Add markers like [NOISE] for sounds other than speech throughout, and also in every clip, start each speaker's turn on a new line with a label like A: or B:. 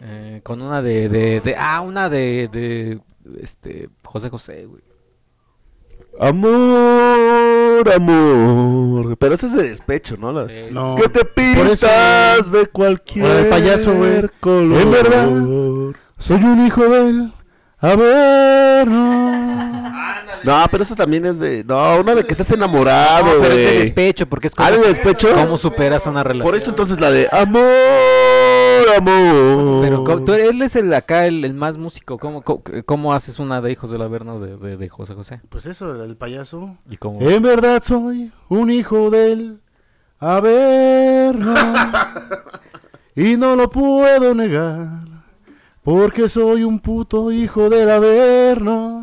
A: Eh, con una de, de, de- Ah, una de. de este. José José, güey.
B: Amor, amor. Pero ese es de despecho, ¿no? La-
A: Sí,
C: No.
B: Que te
C: Por eso-
B: pintas de cualquier
C: O la del payaso, güey.
B: color.
C: En verdad. Soy un hijo de él. A ver, no.
B: No, pero eso también es de. No, una de que estás enamorado,
A: No,
B: güey.
A: Ah, pero es Eh, de despecho, porque es
B: Ah,
A: como-
B: ¿de despecho?
A: ¿Cómo superas una relación?
B: Por eso entonces la de amor, amor.
A: Pero co- tú, él es el acá, el, el más músico. ¿Cómo, co- eh, ¿Cómo haces una de Hijos del Averno de, de, de José José?
C: Pues eso, el payaso.
A: ¿Y cómo?
C: En verdad soy un hijo de él. A
B: [LAUGHS]
C: ver, no. Y no lo puedo negar. Porque soy un puto hijo del averno.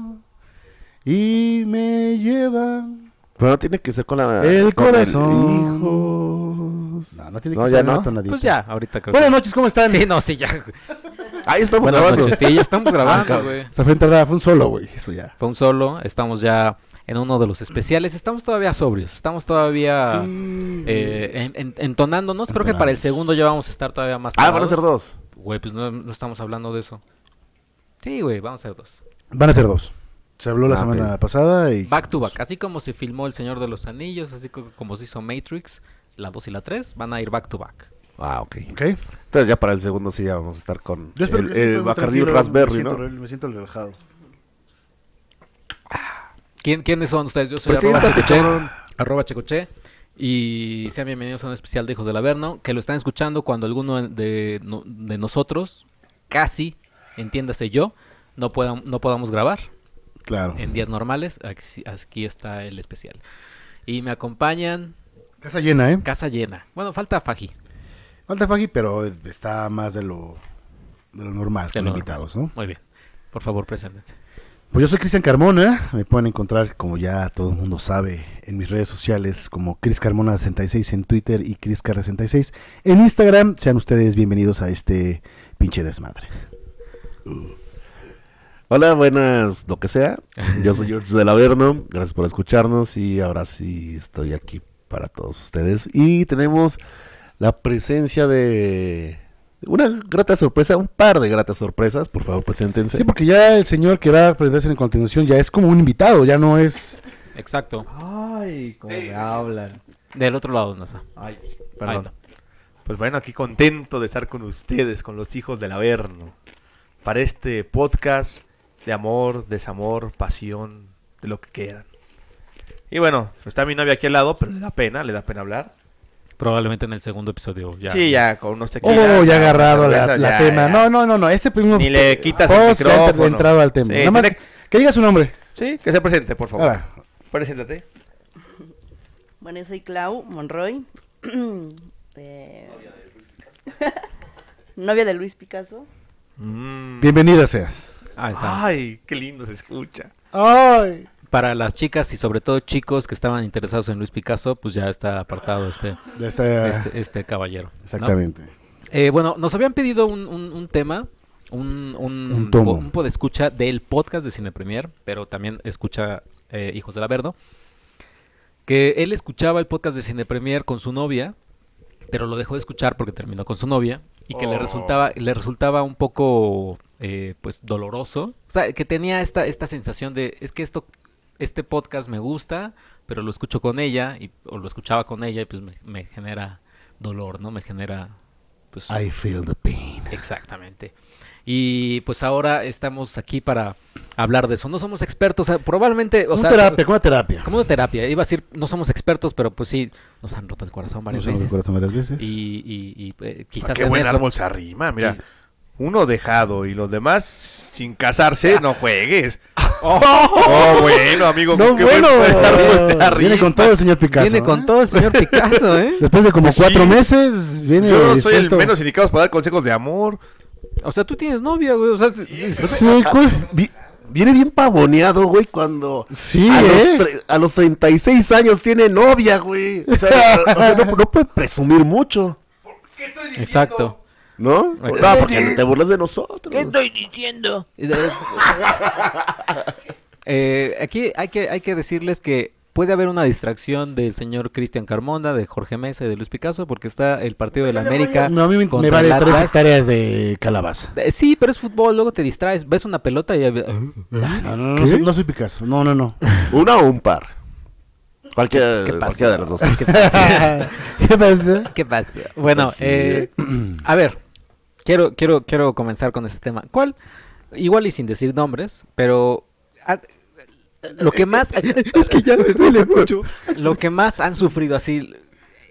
C: Y me llevan
B: Pero no tiene que ser con la.
C: el
B: Ah, con
C: corazón. No, no tiene
B: No,
C: que
B: ya
C: ser
B: no.
C: una tonadita.
A: Pues ya, ahorita creo.
C: Buenas noches, ¿cómo están?
A: Sí, no, sí, ya. güey.
B: hijo. Ahí estamos
A: Buenas
B: grabando.
A: noches. Sí, ya [LAUGHS] estamos
C: Ah,
A: grabando,
C: cabrón.
A: güey.
C: Esa fue entrada, fue un solo, güey. Eso ya.
A: Fue un solo, estamos ya en uno de los especiales. Estamos todavía sobrios, estamos todavía
C: Sí.
A: Ah, eh, en- en- entonándonos. Creo que para el segundo ya vamos a estar todavía más.
B: Ah, van a
A: calmados.
B: ser dos.
A: Güey, pues no, no estamos hablando de eso. Sí, güey, vamos a ser dos.
C: Van a ser dos. Se habló la
B: Ah,
C: semana
B: ok.
C: pasada y.
A: Back to back. Así como se filmó El Señor de los Anillos, así co- como se hizo Matrix, la 2 y la 3, van a ir back to back.
B: Ah, ok.
C: Ok.
B: Entonces ya para el segundo sí ya vamos a estar con
C: Yo espero
B: el,
C: que sí,
B: el
C: estoy muy
B: Bacardi
C: tranquilo,
B: Raspberry,
C: me
B: ¿no?
C: siento re- Me siento relajado.
A: ¿Quién, ¿Quiénes son ustedes? Yo soy arroba
B: Preséntate,
A: Checoche,
B: cabrón.
A: arroba Checoche, Y sean bienvenidos a un especial de Hijos del Averno, que lo están escuchando cuando alguno de, no- de nosotros, casi, entiéndase yo, no, pueda- no podamos grabar
C: Claro.
A: en días normales. Aquí, aquí está el especial. Y me acompañan
C: Casa llena, ¿eh?
A: Casa Llena. Bueno, falta Faji.
C: Falta Fagi, pero eh, está más de lo, de lo normal
A: de
C: con
A: lo-
C: invitados, ¿no?
A: Muy bien. Por favor, preséntense.
C: Pues yo soy Cristian Carmona. Me pueden encontrar, como ya todo el mundo sabe, en mis redes sociales como Cris Carmona66 en Twitter y CrisCar66 en Instagram. Sean ustedes bienvenidos a este pinche desmadre.
B: Hola, buenas, lo que sea.
A: [LAUGHS]
B: Yo soy George del Averno. Gracias por escucharnos y ahora sí estoy aquí para todos ustedes. Y tenemos la presencia de una grata sorpresa, un par de gratas sorpresas. Por favor, preséntense.
C: Sí, porque ya el señor que va a presentarse en continuación ya es como un invitado, ya no es.
A: Exacto.
D: Ay, cómo me hablan.
A: Del otro lado, Nasa.
D: Ay,
A: Ahí
D: perdón.
A: está.
D: Pues bueno, aquí contento de estar con ustedes, con los hijos del Averno, para este podcast de amor, desamor, pasión, de lo que quieran. Y bueno, pues está mi novia aquí al lado, pero le da pena, le da pena hablar.
A: Probablemente en el segundo episodio. Ya.
D: sí, ya, con unos
C: Oh, ya
D: tequilas, ya,
C: agarrado
D: unas
C: la,
D: cervezas,
C: la
D: ya,
C: tema.
D: ya.
C: No, no, no, no. Este primero.
D: Ni le quitas el
C: Todos ya han
D: micrófono.
C: entrado al tema.
D: Sí,
C: Nada más
D: tiene-
C: que diga su nombre. Ah,
D: Sí, que se presente, por favor.
C: Ahora,
D: Preséntate.
E: Bueno, yo soy Clau Monroy. [CLEARS THROAT] eh, [LAUGHS] novia de Luis Picasso.
D: Mm.
C: bienvenida seas.
A: Ah, está.
D: Ay, qué lindo se escucha.
C: Ay.
A: Para las chicas y sobre todo chicos que estaban interesados en Luis Picasso, pues ya está apartado este,
C: Ya está.
A: este, este caballero. ¿no?
C: Ah. Exactamente.
A: Eh, bueno, nos habían pedido un, un- un tema, un, un,
C: Un tomo.
A: po- un po de escucha del podcast de Cine Premier, pero también escucha eh, Hijos del Averno, que él escuchaba el podcast de Cine Premier con su novia, pero lo dejó de escuchar porque terminó con su novia y que le
D: Oh.
A: resultaba le resultaba un poco eh, pues doloroso, o sea, que tenía esta esta sensación de es que esto este podcast me gusta, pero lo escucho con ella y o lo escuchaba con ella y pues me, me genera dolor, ¿no? Me genera pues
C: I feel the pain.
A: Exactamente. Y pues ahora estamos aquí para hablar de eso. No somos expertos, o sea, probablemente, o
C: una
A: sea,
C: terapia, como una terapia.
A: como una terapia. Iba a decir, no somos expertos, pero pues sí, nos han roto el corazón varias
C: Nos hemos
A: veces.
C: recordado varias veces.
A: Y, y- y, eh,
D: Ah,
A: quizás
D: qué
A: en
D: buen
A: eso-
D: árbol se arrima, mira.
A: Quiz-
D: Uno dejado y los demás sin casarse, no juegues. Oh, bueno, amigo.
C: No,
D: qué
C: bueno.
D: buen [LAUGHS] árbol se
C: Viene
D: arrima.
C: con todo el señor Picasso.
A: Viene
C: ¿eh?
A: con todo el señor Picasso, ¿eh?
D: [LAUGHS]
C: Después de como
D: Pues sí.
C: cuatro meses, viene.
D: Yo no soy el
C: dispuesto-
D: menos indicado para dar consejos de amor.
A: O sea, tú tienes novia, güey. O sea, sí, sí.
C: Sí, cu-
B: Vi- Viene bien pavoneado, güey, cuando
C: Sí,
B: a,
C: ¿eh?
B: los tre- a los 36 años tiene novia, güey. O
C: [LAUGHS]
B: sea, o sea, no, no puede presumir mucho,
A: exacto.
B: ¿no?
A: Exacto.
B: No, porque te burlas de nosotros.
A: [LAUGHS] Eh, aquí hay que, hay que decirles que puede haber una distracción del señor Cristian Carmona, de Jorge Mesa y de Luis Picasso, porque está el partido de la América.
C: No, a mí me, me
A: contra
C: vale
A: el
C: tres
A: Atlas.
C: hectáreas de calabaza.
A: Eh, Sí, pero es fútbol, luego te distraes, ves una pelota y...
C: No, no, no, no, soy, no soy Picasso. No, no, no.
B: ¿Una o un par? Cualquiera,
A: ¿Qué pasó?
B: cualquiera de las dos. cosas.
C: ¿Qué pasa?
A: ¿Qué pasa? Bueno,
B: Así
A: eh, a ver, quiero, quiero, quiero comenzar con este tema. ¿Cuál? Igual y sin decir nombres, pero ah, lo que
B: [LAUGHS]
A: más, [LAUGHS] lo que más han sufrido así,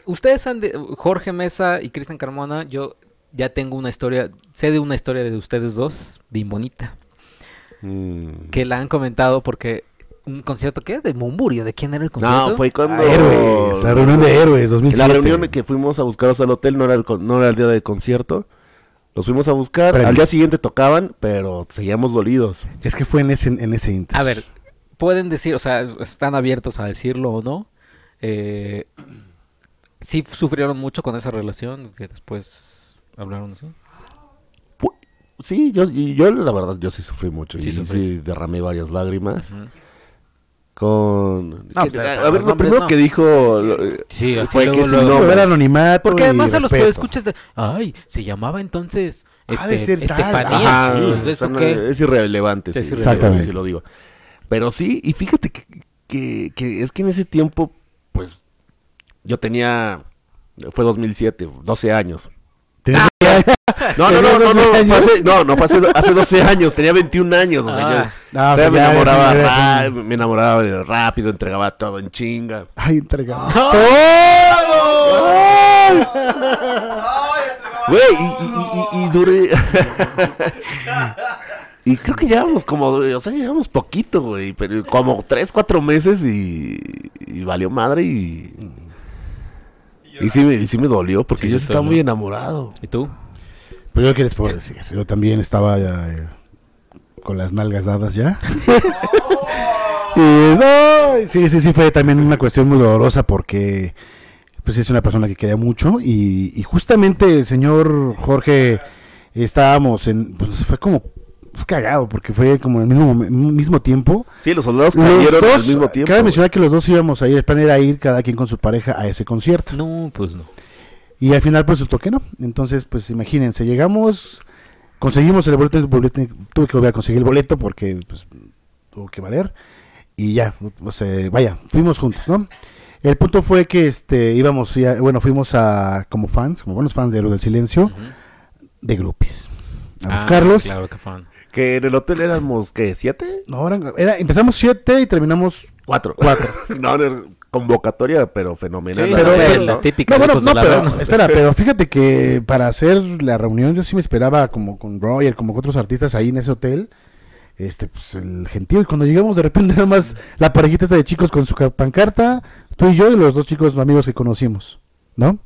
A: ustedes han, de- Jorge Mesa y Cristian Carmona, yo ya tengo una historia, sé de una historia de ustedes dos, bien bonita,
B: Mm.
A: que la han comentado porque un concierto, ¿qué? ¿De Mumburio? ¿De quién era el concierto?
B: No, fue cuando...
C: Héroes. La reunión de héroes 2007.
B: La reunión en que fuimos a buscaros al hotel no era el, con- no era el día del concierto. Los fuimos a buscar.
C: Previo.
B: Al día siguiente tocaban, pero seguíamos dolidos.
C: Es que fue en ese, en ese inter.
A: A ver, pueden decir, o sea, están abiertos a decirlo o no. Eh, sí sufrieron mucho con esa relación, que después hablaron así.
B: Pu- Sí, yo, y yo la verdad, yo sí sufrí mucho.
A: Sí
B: y
A: sufriste.
B: sí derramé varias lágrimas.
A: Ujú.
B: Con...
A: No,
B: que-
A: pues, con
B: a, a
A: los
B: ver, lo
A: nombres
B: primero
A: no.
B: que dijo... lo- eh,
A: Sí, así
B: fue
A: luego, luego.
B: que sin
A: No,
C: No,
B: nombres.
C: era anonimato.
A: Porque
C: y
A: además a los
C: respeto.
A: escuchas de, ay, se llamaba entonces
C: Ah, de ser
A: este,
C: tal.
A: Estefanía.
B: Ajá,
A: sí,
B: o
A: pues,
B: sea,
A: ¿esto
B: no,
A: qué?
B: es irrelevante, sí,
A: Es irrelevante.
B: exactamente.
C: Exactamente.
B: Sí lo digo. Pero sí, y fíjate que, que- que es que en ese tiempo, pues, yo tenía, fue 2007, 12 años.
C: Tenía-
B: No, no,
C: ¿Tenía
B: no, no,
C: 12
B: no, fue
C: años?
B: hace, no, no, fue hace, hace 12 años, tenía 21 años, o sea,
A: Ah.
B: yo-
C: Ah, o
B: todavía
C: sea,
B: me,
C: ya eres
B: enamoraba,
C: un- eres
B: ra-
C: un-
B: me enamoraba de rápido, entregaba todo en chinga.
C: Ay, entregado.
B: Güey, y, y- y- y duré. [LAUGHS] y creo que llevamos como, o sea, llevamos poquito, güey, pero como tres, cuatro meses y, y valió madre y. Y sí, me, y sí me dolió porque
A: Sí,
B: yo
A: sí
B: estaba
A: dolió.
B: muy enamorado.
A: ¿Y tú?
C: Pues yo qué les puedo decir. Yo también estaba ya, eh, con las nalgas dadas ya. Y, no, sí, sí, sí, fue también una cuestión muy dolorosa porque pues es una persona que quería mucho y, y justamente el señor Jorge estábamos en, pues fue como fue cagado porque fue como en el mismo, momen- mismo tiempo.
B: Sí, los soldados
C: Los
B: cayeron al
C: dos,
B: mismo tiempo.
C: cabe
B: güey.
C: mencionar que los dos íbamos a ir, el plan era ir cada quien con su pareja a ese concierto.
A: No, pues no.
C: Y al final pues, resultó que no. Entonces, pues imagínense, llegamos, conseguimos el boleto, el boleto- tuve que volver a conseguir el boleto porque pues, tuvo que valer. Y ya, pues eh, vaya, fuimos juntos, ¿no? El punto fue que este íbamos, ya- bueno, fuimos a como fans, como buenos fans de Héroes del Silencio,
A: Ujú.
C: de groupies. A
A: Ah,
C: buscarlos.
A: Claro que fueron.
B: Que en el hotel éramos, ¿qué? ¿Siete?
C: No, eran- era- empezamos siete y terminamos
B: Cuatro.
C: cuatro.
B: [LAUGHS] no, era convocatoria, pero fenomenal.
A: Sí,
B: la
A: pero-
B: verdad,
A: pero-
B: ¿no?
A: la típica
C: No, bueno,
A: hijos
C: no,
A: de la
C: pero,
A: verga.
C: espera, [LAUGHS] pero fíjate que para hacer la reunión yo sí me esperaba como con Roger, como con otros artistas ahí en ese hotel, este, pues el gentío, y cuando llegamos de repente nada más la parejita esta de chicos con su ca- pancarta, tú y yo y los dos chicos amigos que conocimos, ¿no?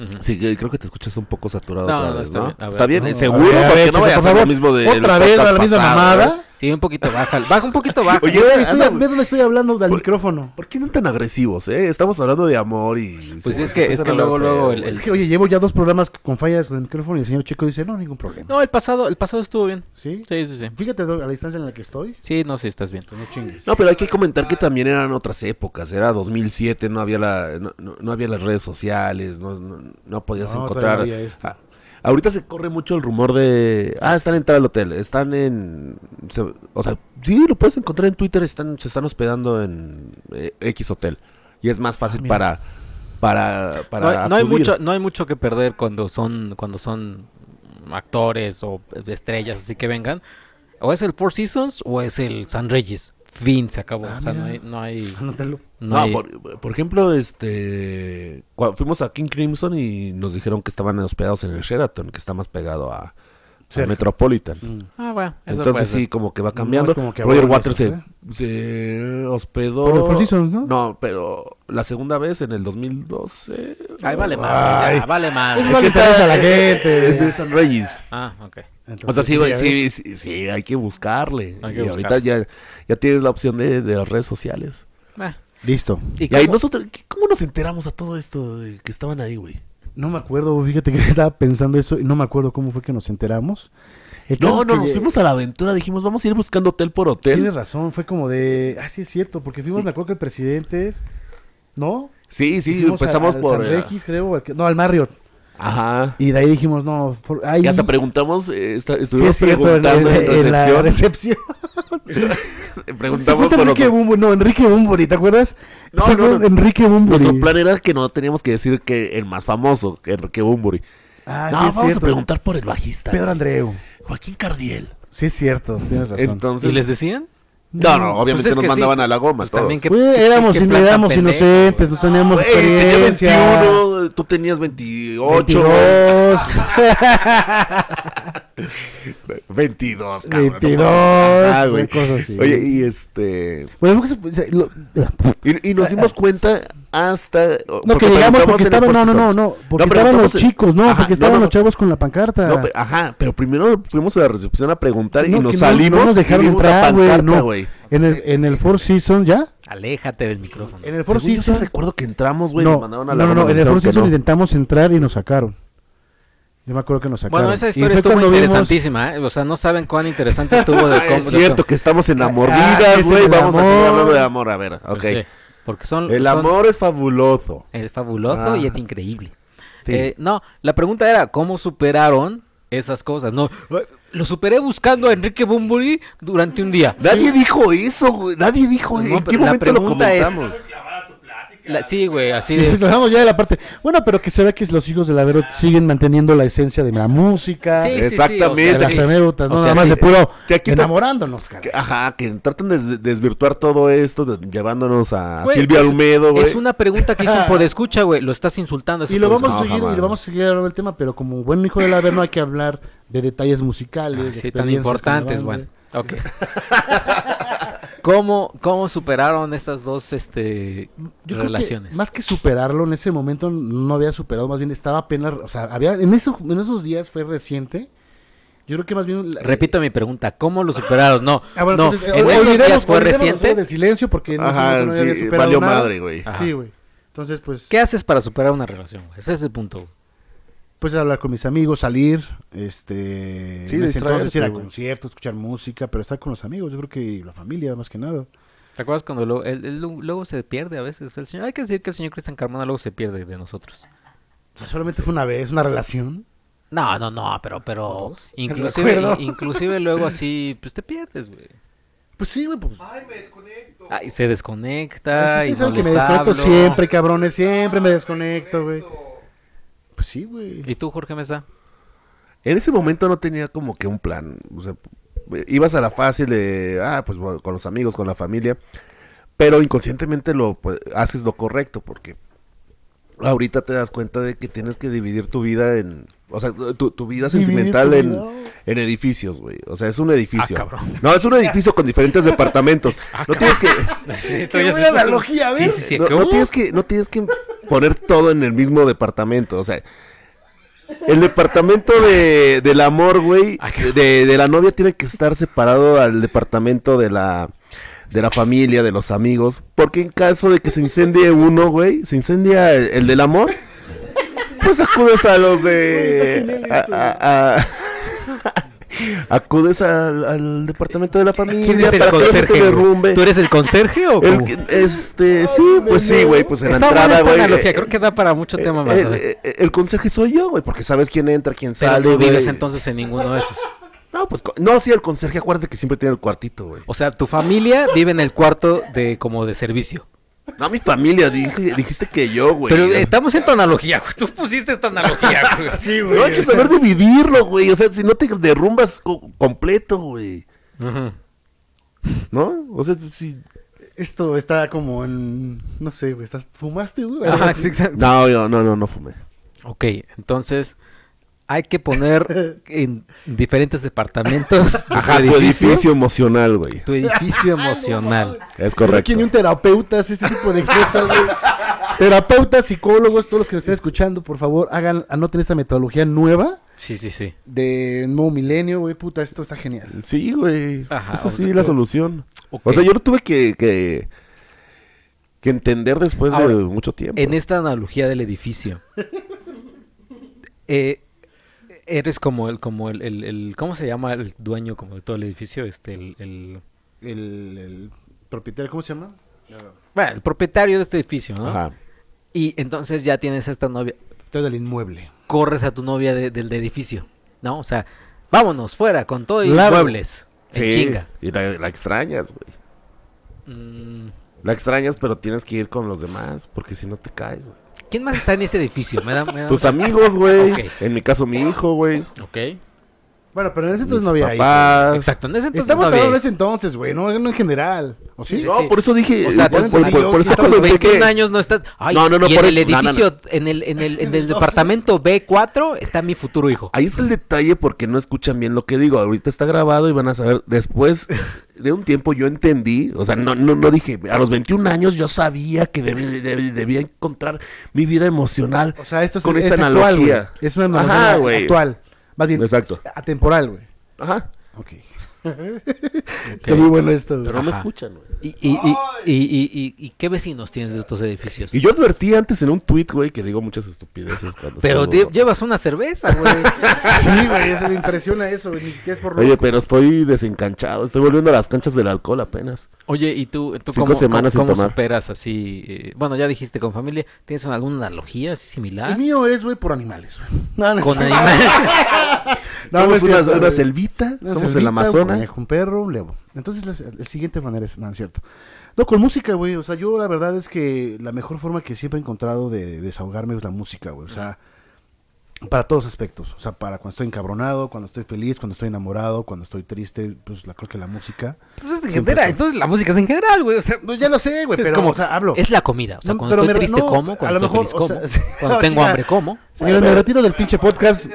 A: Ujú.
B: Sí, que- creo que te escuchas un poco saturado
A: No,
B: otra
A: no,
B: vez,
A: está
B: ¿no?
A: bien, a ver.
B: Está bien,
A: No,
B: eh,
A: a
B: seguro,
C: ver,
B: porque
C: chicos,
B: no vayas a
C: por
B: hacer lo
C: favor.
B: mismo de
C: Otra vez a la misma mamada.
A: Sí, un poquito baja. Baja un poquito baja.
B: Oye,
C: Güey,
B: anda,
C: estoy,
B: güey.
C: ve dónde estoy hablando del micrófono.
B: ¿Por qué no tan agresivos, eh? Estamos hablando de amor y...
A: Pues
B: se-
A: es
B: se
A: que-
B: empiezan
A: es que
B: a hablar
A: luego,
B: feo,
A: luego el-
B: güey.
C: Es que, oye, llevo ya dos programas con fallas del micrófono y el señor Chico dice, no, ningún problema.
A: No, el pasado, el pasado estuvo bien.
C: ¿Sí?
A: Sí, sí, sí.
C: Fíjate do- a la distancia en la que estoy. [LAUGHS]
A: Sí, no, sí, estás bien.
C: No chingues.
B: No, pero hay que comentar que también eran otras épocas. Era 2007, no había, la, no, no- no había las redes sociales, no, no, no podías
C: No,
B: encontrar...
C: todavía esto.
B: Ah, ahorita se corre mucho el rumor de... Ah, están en tal hotel, están en... se- o sea, sí, lo puedes encontrar en Twitter, están, se están hospedando en eh, X hotel. Y es más fácil
C: mira.
B: para... Para, para
A: no, hay- no hay
B: acudir.
A: mucho no hay mucho que perder cuando son cuando son actores o estrellas así que vengan o es el Four Seasons o es el San Reyes fin se acabó
C: Ah,
A: o sea no hay
C: mira.
A: no hay,
C: Anótalo.
A: no
B: No,
A: hay-
B: Ah, por, por ejemplo, este cuando fuimos a King Crimson y nos dijeron que estaban hospedados en el Sheraton, que está más pegado a, a
C: Cerca.
B: Metropolitan.
A: ah bueno eso puede
B: Entonces
A: ser.
B: sí, como que va cambiando.
C: es como que
B: Roger
C: ahora
B: Waters se,
C: eso,
B: se hospedó.
C: Por el Four Seasons, ¿no?
B: No, pero la segunda vez en el 2012.
A: Ay, vale
C: Ay.
A: madre, ya, vale madre.
C: Es vale- Felicidades a la gente.
B: Es de San Reyes.
A: ah ok.
B: O sea,
C: Entonces,
B: sí,
C: ya
B: güey,
C: ves.
B: sí, sí, sí, hay que buscarle.
A: Hay que
B: y
A: buscarle.
B: ahorita ya, ya tienes la opción de, de las redes sociales.
A: Ah,
C: Listo.
A: ¿y
B: ¿Y, ahí
A: cómo?
B: nosotros, ¿qué- ¿cómo nos enteramos a todo esto de que estaban ahí, güey?
C: No me acuerdo, fíjate que [LAUGHS] estaba pensando eso y no me acuerdo cómo fue que nos enteramos. El caso
B: No,
C: es
B: no,
C: que
B: nos
C: lle-
B: fuimos a la aventura, dijimos, vamos a ir buscando hotel por
C: Tienes
B: hotel.
C: razón, fue como de. Ah, sí, es cierto, porque fuimos, me acuerdo que presidentes. ¿No?
B: Sí, sí,
C: Fuimos a-
B: empezamos
C: al
B: por... eh,
C: San Regis, creo, o al que- no, al Marriott.
B: Ajá.
C: Y de ahí dijimos, no. por- ahí-
B: Y hasta preguntamos, eh, esta-
C: Sí,
B: estuvimos
C: es cierto, en,
B: preguntando en,
C: en- en la
B: recepción.
C: recepción.
B: [LAUGHS]
C: ¿Se
B: preguntamos
C: acuerdan
B: por
C: Enrique
B: otro-
C: Bumbo? No, Enrique Bumburi, ¿te acuerdas?
B: No,
C: ¿Se
B: no,
C: acuerdan
B: no.
C: Enrique Bumburi.
B: Nuestro plan era que no teníamos que decir que el más famoso, que Enrique Bumburi. no,
C: Ah, sí,
B: vamos
C: es cierto.
B: a preguntar por el bajista.
C: Pedro Andreu.
B: Joaquín Cardiel.
C: Sí, es cierto, tienes razón.
A: ¿Y
B: Entonces,
A: les decían?
B: no, no, obviamente
A: Pues es
B: nos
A: que
B: mandaban
A: sí.
B: a la goma.
A: Pues
B: todos.
A: también que-
C: Pues,
A: que-
C: éramos,
A: que
C: in-
A: plan tan
C: éramos
A: pendejo,
C: inocentes,
A: güey.
C: no teníamos
B: Güey, tenía
C: experiencia.
B: 21, tú tenías 28. [LAUGHS]
C: 22,
B: 22, cabrón.
C: 22,
B: no mames, ajá, güey.
C: cosas así.
B: Oye, y este.
C: Bueno, fue que se- se- lo-
B: Y, y nos dimos cuenta hasta.
C: Ah, no, que llegamos porque estaban, no, no, no, no, porque estaban los chicos, no, porque estaban los
B: chavos
C: chavos con la pancarta.
B: No, pe- ajá, pero primero fuimos a la recepción a preguntar
C: No,
B: y
C: que
B: nos
C: no-
B: salimos.
C: no nos
B: y
C: dejaron
B: vimos la
C: entrar, güey,
B: pancarta,
C: no.
B: güey.
C: En el, en el Four Seasons, ¿ya?
A: Aléjate del micrófono.
C: En
B: Según
C: el Four
B: yo sí
C: Seasons.
B: recuerdo que entramos, güey.
C: no,
B: nos mandaron a la
C: no, no,
B: goma,
C: no,
B: nos
C: en el Four
B: dijeron que
C: Seasons
B: no.
C: intentamos entrar y nos sacaron. Yo me acuerdo que nos sacaron.
A: Bueno, esa
C: Y
A: historia
C: fue
A: estuvo
C: cuando vimos-
A: interesantísima, ¿eh? O sea, no saben cuán interesante estuvo de
B: [LAUGHS] Ah,
A: cómo...
B: es cierto que estamos
C: Ah,
B: enamordidas,
C: es
B: güey.
C: el
B: Vamos a seguir
C: amor.
B: hablando de amor. A ver, ok.
A: Pues sí, porque son...
B: El
A: son-
B: amor es fabuloso.
A: Es fabuloso y es
B: Ah.
A: increíble.
B: Sí.
A: Eh, no, la pregunta era, ¿cómo superaron esas cosas? No, eh, lo superé buscando a Enrique Bumburi durante un día.
B: Nadie dijo eso, güey. Nadie dijo
A: Pues No,
B: eso. ¿En
A: pero
B: qué
A: la
B: momento lo
A: pregunta es-
B: comentamos?
A: La- sí, güey, así
C: Sí,
A: de...
C: hablamos ya de la parte. Bueno, pero que se ve que los hijos de la Vero siguen manteniendo la esencia de la música,
A: Sí, sí, sí,
B: Exactamente.
A: o
C: de
A: sea,
C: las
A: sí.
C: anécdotas,
B: O
C: no
B: sea,
C: nada más
B: sí,
C: de puro
B: que aquí-
C: enamorándonos, cara.
B: Que- Ajá, que tratan de des- desvirtuar todo esto, de- llevándonos a
A: Güey,
B: Silvia
A: es-
B: Almedo, güey.
A: Es una pregunta que hizo un podescucha, güey. Lo estás insultando. a ese
C: Y lo vamos
B: No,
C: a seguir,
B: jamás.
C: y lo vamos a seguir hablando del tema, pero como buen hijo de la Vero no hay que hablar de detalles musicales,
A: Ah,
C: de
A: sí, tan
C: experiencias con la
A: importantes,
C: banda.
A: bueno. Ok. ¿Cómo, ¿Cómo superaron estas dos este,
C: Yo creo que
A: relaciones?
C: más que superarlo, en ese momento no había superado, más bien estaba apenas, o sea, había, en, eso, en esos días fue reciente. Yo creo que más bien... la-
A: Repito mi pregunta, ¿cómo lo superaron? No,
C: eh, Ah, bueno,
A: no,
C: entonces,
A: en
C: ol-
A: esos días
C: olvidemos-
A: fue
C: olvidemos los juegos
A: reciente.
C: del silencio porque no,
B: Ajá,
C: sé, no había
B: sí,
C: superado
B: valió
C: nada.
B: madre, güey.
A: Ajá.
C: Sí, güey. Entonces, pues,
A: ¿Qué haces para superar una relación? güey? Ese es el punto. güey.
C: pues hablar con mis amigos, salir, este,
B: Sí,
C: en ese
B: distraerte,
C: entonces ir a
B: güey.
C: conciertos, escuchar música, pero estar con los amigos, yo creo que la familia más que nada.
A: ¿Te acuerdas cuando luego, él- él lu- luego se pierde a veces? El señor, hay que decir que el señor Cristian Carmona luego se pierde de nosotros.
C: O sea, solamente fue una vez, una relación.
A: No, no, no, pero, pero, [LAUGHS]
C: Me
A: inclusive,
C: acuerdo.
A: inclusive luego así, pues te pierdes, güey.
C: Pues sí, güey, pues.
A: Ah, y se desconecta.
C: Ay, sí,
A: y
C: sí, saben
A: no
C: que me
A: les
C: desconecto
A: hablo.
C: siempre, cabrones, siempre me desconecto, güey. Pues sí, güey.
A: ¿Y tú, Jorge Mesa?
B: En ese momento no tenía como que un plan. O sea, ibas a la fácil de, ah, pues bueno, con los amigos, con la familia. Pero inconscientemente lo pues, haces lo correcto porque ahorita te das cuenta de que tienes que dividir tu vida en, o sea, tu, tu vida
C: Dividir
B: sentimental
C: tu
B: en,
C: vida.
B: en edificios, güey. O sea, es un edificio.
A: cabrón.
B: No, es un edificio con
C: [LAUGHS]
B: diferentes departamentos. No tienes que
A: Estoy
C: buena analogía, ¿ves?
A: Sí, sí, sí.
B: no, no
A: ¿cómo?
B: tienes que, no tienes que poner todo en el mismo departamento. O sea, el departamento de, del amor, güey,
A: Ah,
B: de, de la novia tiene que estar separado al departamento de la, de la familia, de los amigos. Porque en caso de que se incendie uno, güey, se incendia el, el del amor, pues acudes a los
C: Güey,
B: de.
C: está
B: a- a- a- acudes al, al departamento de la familia.
A: ¿Quién es el
B: para que no se te
A: conserje? güey?
B: derrumbe.
A: ¿Tú eres el conserje o
B: El
A: cómo?
B: que- este, sí, pues sí, güey, pues en la
A: Está buena
B: entrada,
A: esta
B: güey.
A: analogía,
B: eh,
A: creo que da para mucho tema más.
B: el,
A: a ver.
B: el- el conserje soy yo, güey, porque sabes quién entra, quién
A: Pero
B: sale,
A: no
B: güey.
A: vives entonces en ninguno de esos.
B: No, pues, co- no, sí, el conserje, acuérdate que siempre tiene el cuartito, güey.
A: O sea, tu [LAUGHS] familia vive en el cuarto de como de servicio.
B: No, mi familia, dije- dijiste que yo, güey.
A: Pero estamos en tu analogía, güey. Tú pusiste esta [LAUGHS]
D: [LAUGHS]
A: analogía, güey. Sí,
B: No, hay que saber dividirlo, güey. O sea, si no te derrumbas co- completo, güey. ¿No? O sea,
A: [LAUGHS]
B: si...
C: Esto está como en. No sé, güey. estás- ¿Fumaste, güey? Algo
A: Ajá,
C: así.
A: Ah, sí, exacto.
B: No, yo, no, no, no fumé.
A: Ok, entonces hay que poner en diferentes departamentos [LAUGHS] de
B: Ajá, tu edificio, emocional, güey.
A: tu edificio emocional.
B: Es
C: Correcto.
B: correcto.
C: Aquí ni un terapeuta hace este tipo de
B: [LAUGHS]
C: cosas, güey. Terapeutas, psicólogos, todos los que nos estén escuchando, por favor, hagan, anoten esta metodología nueva
A: Sí, sí, sí.
C: de nuevo milenio, güey. Puta, esto está genial.
B: Sí, güey.
A: Ajá,
B: Esa
A: o
B: sí
A: sea,
B: la
A: que-
B: solución.
A: Ok.
B: O sea, yo lo tuve que, que, que entender después
A: Ahora,
B: de mucho tiempo.
A: En esta analogía del edificio, Eh, eres como el, como el, el, el- ¿cómo se llama el dueño como de todo el edificio? Este, el, el,
C: El, el propietario, ¿cómo se llama?
A: bueno, el propietario de este edificio, ¿no?
B: Ajá.
A: Y entonces ya tienes a esta novia,
C: Propietario del inmueble.
A: corres a tu novia de- del de edificio, ¿no? O sea, vámonos, fuera, con todo y
C: Claro.
A: muebles. En chinga.
B: Y la, la extrañas, güey.
A: Mm,
B: La extrañas, pero tienes que ir con los demás, porque si no te caes, güey.
A: ¿Quién más está en ese edificio? Me da, me da-
B: Tus amigos, güey.
A: Ah, Ok.
B: En mi caso, mi hijo, güey.
A: Ok.
C: Bueno, pero en ese
B: Mis
C: entonces no había ahí.
B: papás.
A: Exacto, en ese entonces
C: Ah, Estamos
A: no había
C: hablando de
A: eso.
C: ese entonces, güey, no, no en general. ¿O sí?
A: Sí, sí,
B: No,
A: sí.
B: por eso dije.
A: O sea,
B: por,
A: tú-
B: por- por- por eso
A: a los
B: comenté
A: 21
B: que-
A: años no estás. Ay,
B: No, no, no,
A: y en
B: por
A: el
B: el- no, no,
A: edificio, en el, en el,
C: [LAUGHS]
A: en el departamento B4 está mi futuro hijo.
B: Ahí está el detalle porque no escuchan bien lo que digo. Ahorita está grabado y van a saber. Después de un tiempo yo entendí, o sea, no, no, no dije, a los 21 años yo sabía que debí- debí- debía, encontrar mi vida emocional.
C: O sea, esto es,
B: con
C: es
B: esa
C: actual, güey.
B: analogía.
C: Es una
B: Ajá,
C: analogía
B: güey.
C: actual. Más bien,
B: Exacto.
C: es atemporal, güey.
B: Ajá,
C: Ok. Está muy bueno esto, güey.
B: pero no me
A: Ajá.
B: escuchan, güey.
A: ¿Y, y, y, y, y- y- y qué vecinos tienes de estos edificios?
B: Y yo advertí antes en un tweet, güey, que digo muchas estupideces cuando
A: Pero
B: estoy
A: te-
B: borracho.
A: llevas una cerveza, güey.
C: [LAUGHS] Sí, güey, eso me impresiona eso, güey. Ni siquiera es por
B: Oye,
C: loco.
B: pero estoy desencanchado. Estoy volviendo a las canchas del alcohol apenas.
A: Oye, ¿y tú, tú
B: Cinco
A: cómo,
B: semanas sin
A: cómo, cómo
B: tomar.
A: superas así? eh, bueno, ya dijiste con familia. ¿Tienes alguna analogía así
C: El
A: similar?
C: mío es, güey, por animales, güey. No, no es
A: Con
C: cierto. [LAUGHS]
A: animales.
C: No, no
B: somos
C: es
B: una,
C: cierto,
B: una
C: güey.
B: selvita,
C: Una
B: somos el
C: selvita, Un
B: Amazonas.
C: conejo, un perro, un levo. Entonces, las- la, siguiente manera es, no, no es cierto. No, con música, güey. O sea, yo la verdad es que la mejor forma que siempre he encontrado de, de desahogarme es la música, güey. O sea, para todos aspectos. O sea, para cuando estoy encabronado, cuando estoy feliz, cuando estoy enamorado, cuando estoy triste, pues la creo que la música.
A: Pues es en
C: Siempre
A: general,
C: fue.
A: entonces la música es en general, güey. O sea,
C: No, ya lo sé, güey,
A: es
C: pero
A: como,
C: o sea, hablo.
A: Es la comida. O sea,
C: No,
A: cuando
C: pero
A: estoy
C: me re-
A: triste,
C: no,
A: como.
C: a
A: Cuando
C: lo
A: estoy
C: mejor,
A: feliz,
C: o
A: como.
C: sea, sí, [LAUGHS]
A: cuando
C: o
A: tengo
C: sea,
A: hambre, como.
C: Señora, me retiro del pinche podcast.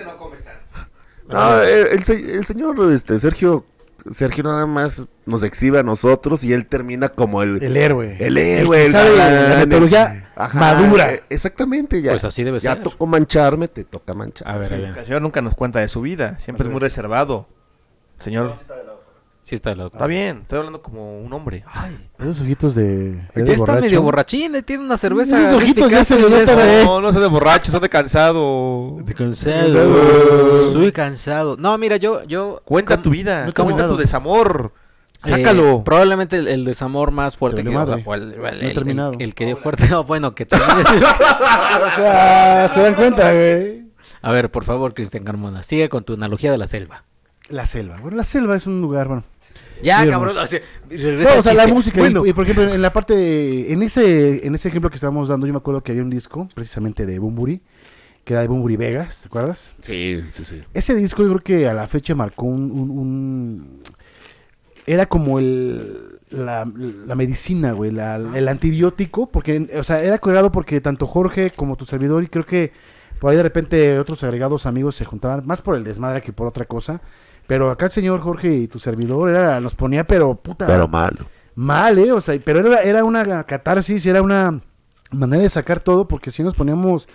B: No,
C: Ah.
B: eh, el, se- el señor este, Sergio Sergio nada más nos exhibe a nosotros y él termina como el
C: El héroe.
A: Eh,
B: el héroe,
C: que
B: el
C: sabe la- la
B: galán, el-
C: metodología
B: Ajá,
C: madura.
B: eh, Exactamente, ya.
A: Pues así debe
B: ya
A: ser.
B: tocó mancharme, te toca manchar.
A: A ver, a
D: El
A: ver.
D: señor nunca nos cuenta de su vida, siempre es muy reservado. Señor,
A: Sí, está la
D: está bien, estoy hablando como un hombre. Ay,
C: Esos ojitos de.
A: Ya
C: de
A: está
C: borracho.
A: medio borrachín, eh, tiene una cerveza.
C: Esos
A: Luis
C: ojitos ya se
A: Picasso,
C: le
A: y
C: nota
A: eso.
C: de-
D: no, no seas de borracho, seas de cansado.
A: [LAUGHS] Cansado. Soy cansado. No, mira, yo. yo
D: Cuenta
A: com-
D: tu vida,
A: no,
D: cuenta
A: como-
D: tu desamor.
A: eh,
D: Sácalo.
A: probablemente el, el desamor más fuerte
C: valió
A: que.
C: madre.
A: o el, el-
C: No he
A: el- el-
C: terminado.
A: el que dio fuerte. [LAUGHS] No, bueno, que termines.
C: [LAUGHS] O sea, [LAUGHS] se dan cuenta, güey.
A: a ver, por favor, Cristian Carmona. Sigue con tu analogía de la selva.
C: La selva. Bueno, la selva es un lugar, bueno.
A: Ya,
C: Digamos.
A: cabrón. O sea, regresa
C: No, o
A: al
C: sea, la
A: chiste.
C: música.
A: Bueno,
C: Y, y, por ejemplo, en la parte. de- en, ese, en ese ejemplo que estábamos dando, yo me acuerdo que había un disco, precisamente de Bumburi, que era de Bumburi Vegas, ¿te acuerdas?
B: Sí, sí, sí.
C: Ese disco yo creo que a la fecha marcó un... un- un- era como el... La, la medicina, güey, la- el antibiótico, porque, o sea, era cuidado porque tanto Jorge como tu servidor y creo que por ahí de repente otros agregados amigos se juntaban, más por el desmadre que por otra cosa, pero acá el señor Jorge y tu servidor era, nos ponía, pero puta,
B: Pero malo.
C: mal, ¿eh? O sea, y- pero era, era una catarsis, era una manera de sacar todo, porque si nos poníamos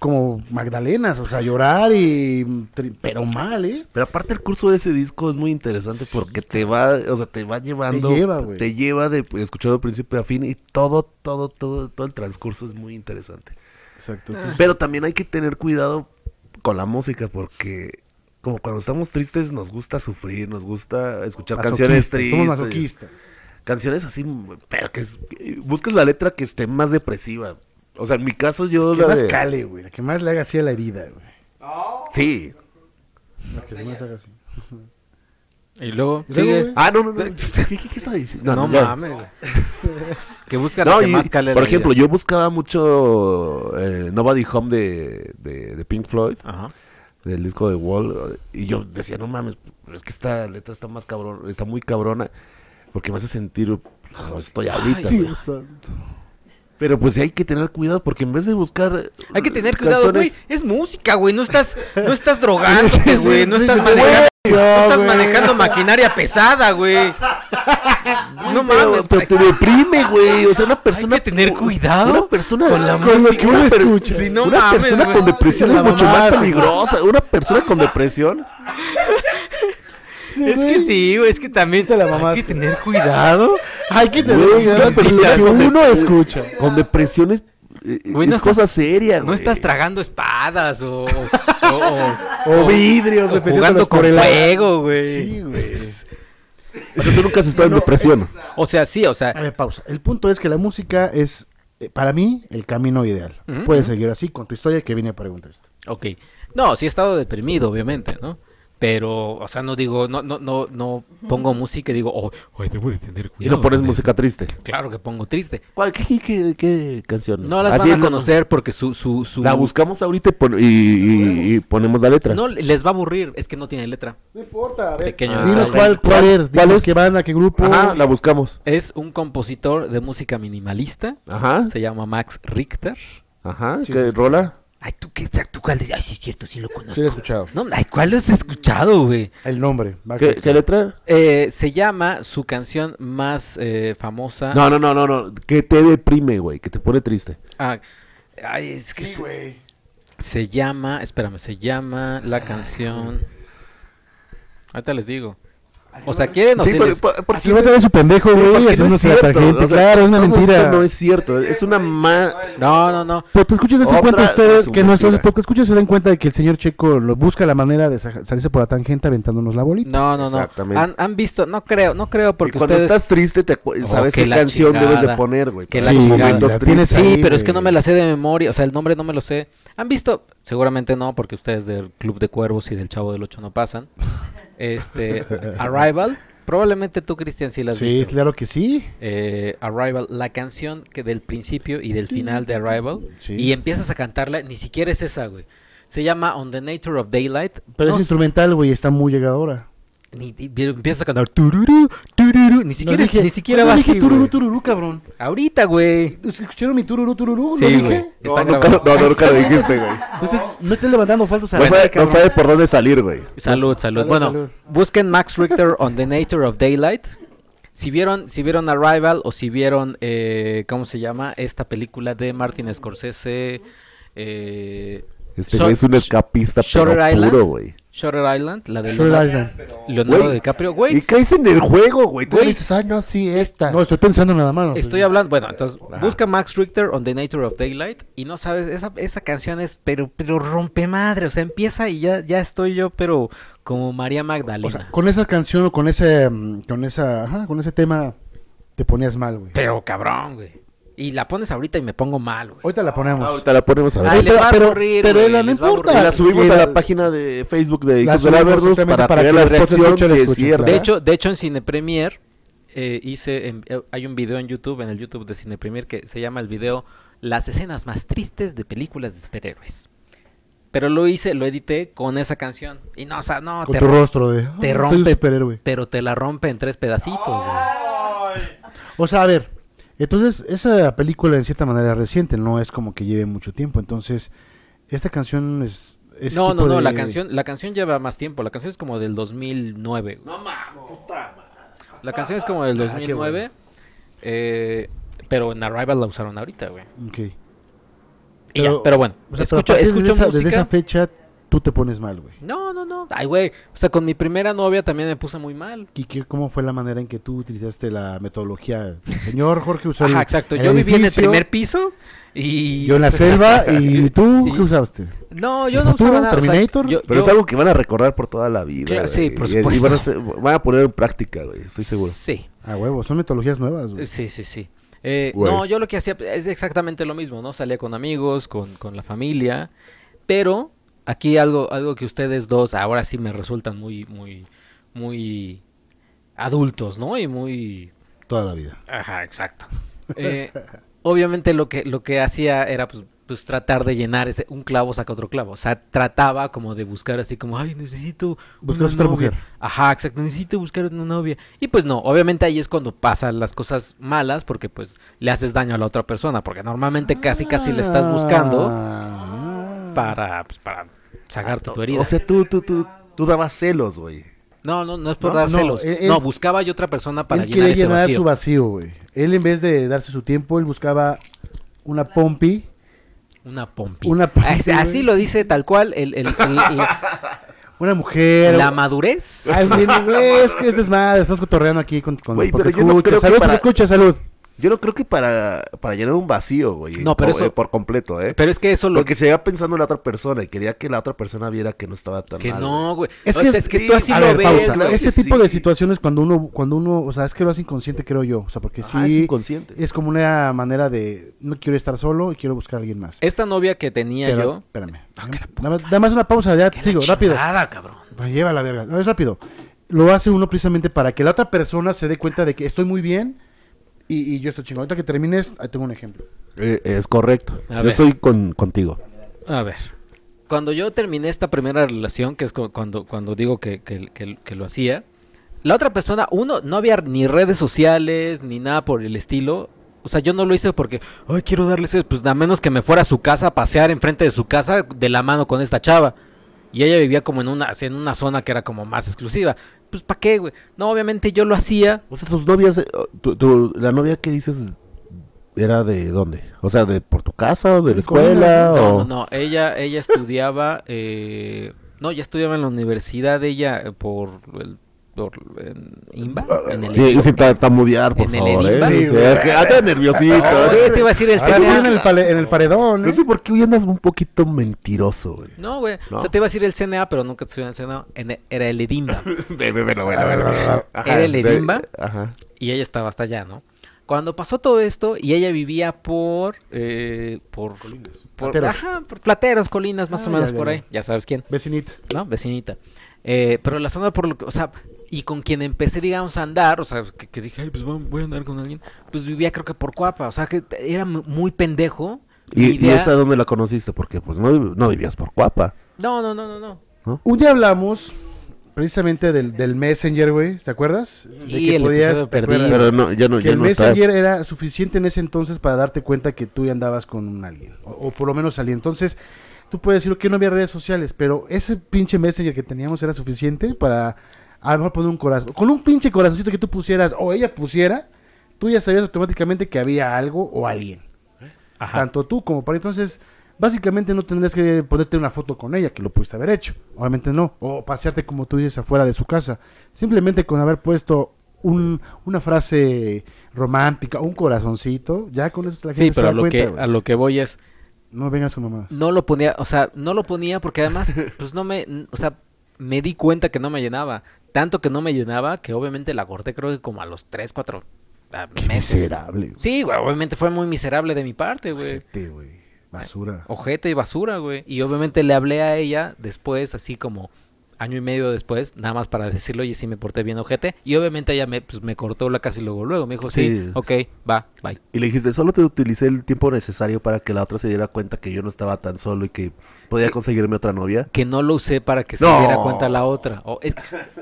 C: como magdalenas, o sea, llorar y... tri- Pero mal, ¿eh?
B: Pero aparte el curso de ese disco es muy interesante porque te va, o sea, te va llevando,
C: Te lleva, güey.
B: te lleva de pues, escucharlo principio a fin y todo, todo, todo, todo el transcurso es muy interesante.
A: Ah.
C: Exacto.
B: Pero también hay que tener cuidado con la música porque como cuando estamos tristes nos gusta sufrir, nos gusta escuchar canciones tristes.
C: Somos masoquistas.
B: Canciones así, pero que, es- que busques la letra que esté más depresiva. O sea, en mi caso yo
C: Que
B: la
C: más
B: de-
C: cale, güey. la Que más le haga así a la herida, güey.
B: Sí.
C: La que más haga así.
A: Y luego
C: Y luego,
A: sigue.
C: güey.
B: Ah, no,
C: [LAUGHS]
B: no, no. ¿Qué, qué estaba diciendo?
A: No,
B: ya.
A: mames. güey. [LAUGHS] que busca la
B: No,
A: que
B: y,
A: más cale
B: por
A: la
B: ejemplo,
A: vida.
B: yo buscaba mucho eh, Nobody Home de, de, de Pink Floyd,
A: Ajá.
B: del disco de Wall, y yo decía, no mames, pero es que esta letra está más cabrón, está muy cabrona, porque me hace sentir como estoy ahorita. güey.
C: Dios santo.
B: Pero pues sí hay que tener cuidado, porque en vez de buscar...
A: Hay que tener
B: eh,
A: cuidado, güey.
B: canciones-
A: Es música, güey. No estás, no estás drogándote,
C: Sí,
A: güey.
C: sí,
A: No
C: sí,
A: estás
C: sí,
A: manejando,
C: güey.
A: no estás
C: güey.
A: manejando maquinaria pesada, güey. No
B: Pero,
A: mames.
B: pero te
A: para-
B: deprime, güey. O sea, una persona.
A: que tener cuidado
B: Una persona
A: con la
B: con lo que
C: música.
B: uno escucha.
C: escucha.
A: Si no
B: una
A: mames,
B: persona
A: güey.
B: con depresión
C: Sí,
B: es
C: la
B: mucho más
C: mamaste.
B: peligrosa. Una persona
A: [LAUGHS]
B: con depresión.
A: Es que sí, güey. Es que también
C: Te la
A: hay
C: mamaste.
A: que tener cuidado.
C: Hay que tener
B: Güey,
C: cuidado
B: una
C: con lo
B: persona
C: que
B: con
C: uno
B: dep-
C: escucha.
B: Con depresión es Eh, eh,
A: Güey, no estás-
B: es cosa seria, güey.
A: No estás tragando espadas
C: [LAUGHS]
A: o, o- o-
C: O vidrios,
A: o
C: defendiéndolos
A: jugando con
C: por el-
A: fuego, güey.
C: Sí, güey.
B: O sea, tú nunca has estado en depresión.
A: O sea, sí, o
C: A
A: sea,
C: ver, pausa. El punto es que la música es, eh, para mí, el camino ideal.
B: Mm.
A: Ujú.
C: Puedes seguir así con tu historia que viene a preguntar esto.
A: ok. No, sí he estado deprimido, obviamente, ¿no? Pero, o sea, no digo, no, no, no, no pongo música y digo, oh, ay, debo de tener
B: Y
A: cuidado.
B: no pones
A: con
B: música triste.
A: esto". Claro que pongo triste.
B: ¿Cuál, qué, qué- qué- qué canción?
A: No las
B: Así
A: van a
B: la-
A: conocer porque su, su, su...
B: La buscamos ahorita y, pon- y- y- y ponemos la letra.
A: No, les va a aburrir, es que no tiene letra.
C: No importa, a ver.
A: Pequeño
C: Ah. dinos
A: detalle.
C: cuál, cuál es,
B: Ah, ¿Cuál
C: dinos
B: es?
C: qué banda, qué grupo.
B: Ajá, la buscamos.
A: Es un compositor de música minimalista,
B: Ajá,
A: se llama Max Richter.
B: ajá.
C: Sí,
B: ¿Qué
C: sí.
B: rola?
A: Ay, ¿tú qué? ¿Tú cuál? dices? Ay, sí es cierto, sí lo conozco.
C: Sí, lo he escuchado.
A: No, ay, ¿cuál lo has escuchado, güey?
C: El nombre.
B: ¿Qué, qué letra?
A: Eh, se llama su canción más eh, famosa.
B: No, no, no, no, no. Que te deprime, güey. Que te pone triste.
A: Ah, ay, es que se, se llama, espérame, se llama la canción. Ahorita les digo. O sea, quieren o sí, les-
B: por- por-
C: Así va a traer su pendejo, güey,
B: porque no
C: haciéndose
B: es cierto,
C: la gente.
B: o sea,
C: claro, es una
B: todo esto
C: mentira.
B: No es cierto. Es una ma...
A: No, no, no.
C: Pero escuchen
B: Otra
C: ese cuenta
B: es
C: ustedes,
B: su
C: que nuestros
B: mentira.
C: porque escuchen se den cuenta de que el señor Checo lo busca la manera de sa- salirse por la tangente aventándonos la bolita.
A: No, no, no.
B: Exactamente.
A: Han, han visto, no creo, no creo
B: Porque
A: porque
B: cuando
A: ustedes
B: estás triste, te acu-
A: Oh,
B: sabes
A: que
B: qué
A: la
B: canción debes de
A: chingada.
B: poner, güey.
A: Que
B: para
A: la
B: esos
A: chingada.
B: momentos
C: La tienes
B: tristes.
A: Sí,
C: ahí,
A: pero es que no
C: güey.
A: me la sé de memoria, o sea, el nombre no me lo sé. ¿Han visto? Seguramente no, porque ustedes del Club de Cuervos y del Chavo del Ocho no pasan. Este, Arrival, probablemente tú, Cristian, sí la has
C: sí,
A: visto.
C: claro que sí.
A: Eh, Arrival, la canción que del principio y del final de Arrival,
C: Sí.
A: y empiezas a cantarla, ni siquiera es esa, güey. Se llama On the Nature of Daylight,
C: Pero
A: No
C: es
A: sé,
C: instrumental, güey, está muy llegadora.
A: ni- ni- pero empiezas a cantar tururú, tururú, ni siquiera, es- ni siquiera
C: no
A: va
C: dije
A: así,
C: tururú,
A: güey.
C: tururú, cabrón.
A: Ahorita, güey.
C: ¿Ustedes ¿Escucharon mi tururú, tururú? ¿Lo
A: Sí,
C: dije?
A: güey.
B: No,
A: Está
B: nunca,
A: grabado.
B: no, no, nunca lo dijiste,
A: [LAUGHS]
B: güey.
C: No estés- No estés levantando faltos a
B: No
C: la
B: sabe,
C: cabrón.
B: no sabe por dónde salir, güey.
A: Salud, salud.
C: Salud,
A: Bueno,
C: salud.
A: busquen Max Richter on the Nature of Daylight. Si vieron, si vieron Arrival o si vieron, eh, ¿cómo se llama? Esta película de Martin Scorsese, eh,
B: Este
A: Shor-
B: güey es un escapista
A: Shutter
B: pero
A: Island.
B: puro, güey.
A: Shutter Island, la de
C: Shutter
A: Leonardo,
C: Island.
A: Leonardo
B: Güey,
A: DiCaprio.
B: Y
A: Güey,
B: caes en el juego, güey. Tú
A: Güey.
B: dices, ah, no, sí, esta.
C: No, estoy pensando nada más.
B: pues,
A: estoy hablando. Bueno, entonces busca Max Richter on the Nature of Daylight y no sabes, esa, esa canción es, pero, pero rompe madre. O sea, empieza y ya, ya estoy yo, pero como María Magdalena.
C: O sea, con esa canción o con ese, mm, con esa, ajá, con ese tema te ponías mal, güey.
A: pero cabrón, güey. Y la pones ahorita y me pongo mal, güey.
C: Ahorita la
B: Ah,
C: ponemos.
B: ahorita la ponemos a ver.
A: Ay,
B: Ahorita
A: les va a
C: pero-
A: aburrir,
C: pero
A: güey,
C: él no
A: les va a
C: importa.
A: aburrir.
B: y la subimos
C: y
B: a
C: la-
B: la página de Facebook de
C: La
B: Hijos de la
C: subimos
B: Verdus
C: justamente
B: para,
C: para
B: ver
C: que
B: la
C: los
B: reacción
C: escuchas,
B: si es
C: escuchas,
B: cierta.
A: De
C: ¿verdad?
A: hecho, de hecho en Cine Premier eh, hice en- eh, hay un video en YouTube, en el YouTube de Cine Premier que se llama el video Las escenas más tristes de películas de superhéroes. Pero lo hice, lo edité con esa canción y no, o sea, no
C: con
A: te
C: tu
A: rom-
C: rostro de. "Ah,
A: te
C: Soy un
A: rompe,
C: superhéroe.
A: pero te la rompe en tres pedacitos. güey.
C: O sea, a ver. Entonces, esa película en cierta manera es reciente, no es como que lleve mucho tiempo. Entonces, esta canción es. ese
A: No, no,
C: tipo
A: no, la
C: de-
A: canción, la canción lleva más tiempo. La canción es como del 2009. güey. La canción es como del
C: Ah, qué
A: 2009, eh, pero en Arrival la usaron ahorita, güey.
C: Ok.
A: Y ya, pero bueno,
C: o sea, pero a
A: escucho,
C: partir de
A: escucho
C: esa-
A: música.
C: Desde esa fecha tú te pones mal, güey.
A: No, no, no. Ay, güey. O sea, con mi primera novia también me puse muy mal.
C: ¿Y qué- cómo fue la manera en que tú utilizaste la metodología? Señor Jorge usó el-
A: Ajá, exacto.
C: el
A: Yo viví en el
C: edificio,
A: primer piso y...
C: Yo en la selva
A: [LAUGHS]
C: y tú,
A: Y-
C: ¿qué usaste?
A: No, yo
C: ¿El
A: no
C: futuro?
A: usaba nada. o sea,
C: ¿Terminator?
A: yo-
B: Pero
A: yo-
B: es algo que van a recordar por toda la vida.
A: Claro, sí,
B: güey.
A: por
B: Y- Y
A: supuesto.
B: van a, hacer- van a poner en práctica, güey. Estoy seguro.
A: Sí,
C: A huevo, son metodologías nuevas, güey.
A: sí, sí, sí. Eh,
B: Güey.
A: no, yo lo que hacía es exactamente lo mismo, ¿no? Salía con amigos, con, con la familia, pero aquí algo, algo que ustedes dos ahora sí me resultan muy, muy, muy adultos, ¿no? Y muy
C: Toda la vida.
A: Ajá, exacto. Eh, obviamente lo que, lo que hacía era pues, pues, tratar de llenar ese, un clavo saca otro clavo. O sea, trataba como de buscar así como, ay, necesito una
C: Buscas otra
A: novia".
C: mujer.
A: Ajá, exacto, necesito buscar una novia. Y pues no, obviamente ahí es cuando pasan las cosas malas porque pues le haces daño a la otra persona, porque normalmente casi casi le estás buscando
C: Ah.
A: para, pues, para sacarte tu herida.
B: O sea, tú, tú, tú, tú dabas celos, güey.
A: no, no, no es por
C: No,
A: dar
C: no,
A: celos.
C: él- él-
A: no, buscaba yo otra persona para
C: él
A: llenar
C: quería
A: ese
C: llenar
A: vacío.
C: su vacío, güey. Él en vez de darse su tiempo, él buscaba una pompi.
A: Una pompi.
C: Una pompi,
A: Así- Ah, Así
C: güey.
A: lo dice tal cual el- el- el- la-
C: Una mujer.
A: la madurez.
C: Alguien, güey, es que es desmadre. Estás cotorreando aquí con, con
B: Güey,
C: el podcast.
B: pero yo no
C: Escucha,
B: creo que
C: salud,
B: para-
C: escucha, salud.
B: Yo no creo que para, para llenar un vacío, güey.
A: No, pero
B: por,
A: eso-
B: eh, por completo, ¿eh?
A: Pero es que eso lo
B: lo que se iba pensando la otra persona y quería que la otra persona viera que no estaba tan
A: que
B: mal,
A: no, güey.
C: Es
A: O
C: que-
A: sea, es que
B: sí,
A: tú así
C: a
A: lo
C: ver,
A: ves.
C: pausa.
A: güey.
B: Es-
C: Ese
B: Sí.
C: tipo de situaciones cuando uno, cuando uno, o sea, es que lo hace inconsciente, creo yo. O sea, porque
B: Ajá, es
C: sí
B: inconsciente.
C: es como una manera de no quiero estar solo y quiero buscar a alguien más.
A: Esta novia que tenía
C: Pero-
A: yo. Ah,
C: Espérame. Nada más- nada más una pausa, ya sigo, rápido.
A: Nada, cabrón.
C: Va, Lleva la verga. No, es rápido. Lo hace uno precisamente para que la otra persona se dé cuenta de que estoy muy bien y, y yo estoy chingón. Ahorita que termines, ahí tengo un ejemplo.
B: Eh, es correcto.
A: A
B: Yo
A: ver.
B: estoy con, contigo.
A: A ver. Cuando yo terminé esta primera relación, que es cu- cuando, cuando digo que, que- que- que lo hacía, la otra persona, uno, no había ni redes sociales, ni nada por el estilo. O sea, yo no lo hice porque, ay, quiero darle sexo", Pues a menos que me fuera a su casa a pasear enfrente de su casa de la mano con esta chava. Y ella vivía como en una, así, en una zona que era como más exclusiva. Pues, ¿para qué, güey? No, obviamente yo lo hacía.
B: O sea, tus novias, eh, tu- tu- la novia que dices era de dónde? O sea, de por tu casa o de la
C: Con una-
B: escuela
A: No, no,
B: o
A: no, ella, ella estudiaba, eh, no, ya estudiaba en la universidad, ella eh, por el, por en IMBA, en el
B: Ah, Sí,
A: IMBA.
B: sin ta- tamudear, por
A: En el
B: favor, ¿eh?
A: Edimba.
B: Sí,
C: Sí,
B: sí,
C: güey.
B: es
A: [LAUGHS]
B: que anda nerviosito.
A: No,
B: ¿eh?
A: yo te iba a decir el
C: Ahora Ah, sí, en el,
A: CNA.
C: pale- en el paredón, ¿eh?
B: No sé por qué hoy andas un poquito mentiroso, güey.
A: No, güey,
B: No.
A: o sea, te iba a decir el CNA, pero nunca estudié en el CNA, en el- era el EDIMBA.
B: Ve, ve, velo, velo, velo. Ajá,
A: ¿Era el
B: ve-
A: Edimba?
B: Ajá.
A: y ella estaba hasta allá, ¿no? Cuando pasó todo esto y ella vivía por eh, por por
C: Plateros.
A: ajá, por plateros, colinas, más
C: Ah,
A: o menos
C: ya, ya,
A: por
C: ya.
A: ahí, ya sabes quién.
C: Vecinita.
A: ¿no? Vecinita. Eh, pero la zona por lo que, o sea, y con quien empecé, digamos, a andar, o sea, que, que dije, "Ay, pues voy, voy a andar con alguien, pues vivía creo que por Cuapa, o sea, que te- era mu- muy pendejo. mi
B: ¿Y, y
A: idea-
B: esa dónde la conociste? Porque pues no, no vivías por Cuapa.
A: No, no, no, no, no.
C: Un día hablamos precisamente del, del Messenger, güey. ¿Te acuerdas? De
A: Sí, el episodio
C: ¿te
A: perdido.
C: acuerdas?
B: Pero no, ya no,
C: que
B: ya
C: el
B: no está.
C: Messenger era suficiente en ese entonces para darte cuenta que tú ya andabas con alguien, o, o por lo menos salía. Entonces, tú puedes decir que no había redes sociales, pero ese pinche Messenger que teníamos era suficiente para a lo mejor poner un corazón. Con un pinche corazoncito que tú pusieras o ella pusiera, tú ya sabías automáticamente que había algo o alguien. Tanto tú como para entonces. Básicamente no tendrías que ponerte una foto con ella, que lo pudiste haber hecho. Obviamente no. O pasearte como tú dices afuera de su casa. Simplemente con haber puesto un- una frase romántica, un corazoncito, ya con eso la gente
A: Sí, pero
C: se
A: a
C: da
A: lo,
C: cuenta.
A: que,
C: güey.
A: a lo que voy es,
C: No vengas con mamadas.
A: no lo ponía, o sea, no lo ponía porque además, [LAUGHS] pues no me, n- o sea, me di cuenta que no me llenaba. Tanto que no me llenaba que obviamente la corté creo que como a los 3, 4 meses.
B: Miserable.
A: Sí, güey, obviamente fue muy miserable de mi parte, güey.
C: Te, güey. Basura.
A: Ojete y basura, güey. Y obviamente le hablé a ella después, así como año y medio después, nada más para decirle, oye, sí me porté bien ojete. Y obviamente ella me, pues, me cortó la casi luego, luego. Me dijo, sí,
B: Sí.
A: ok, va, bye.
B: Y le dijiste, solo te utilicé el tiempo necesario para que la otra se diera cuenta que yo no estaba tan solo y que podía conseguirme otra novia.
A: Que no lo usé para que se
B: No.
A: diera cuenta la otra. O es-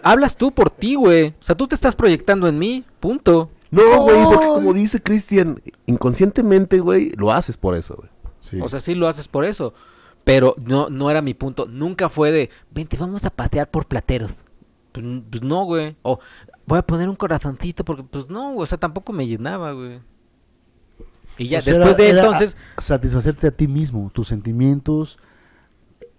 A: Hablas tú por ti, güey. O sea, tú te estás proyectando en mí, punto.
B: No, güey, porque
C: ¡Ay!
B: como dice Cristian, inconscientemente, güey, lo haces por eso, güey.
C: Sí.
A: O sea, sí lo haces por eso. Pero no, no era mi punto. Nunca fue de, vente, vamos a pasear por plateros. Pues, n- pues no, güey. O voy a poner un corazoncito porque, pues no, güey. O sea, tampoco me llenaba, güey. Y ya,
C: O sea,
A: después
C: Pues era-
A: de
C: era
A: entonces,
C: a- satisfacerte a ti mismo, tus sentimientos,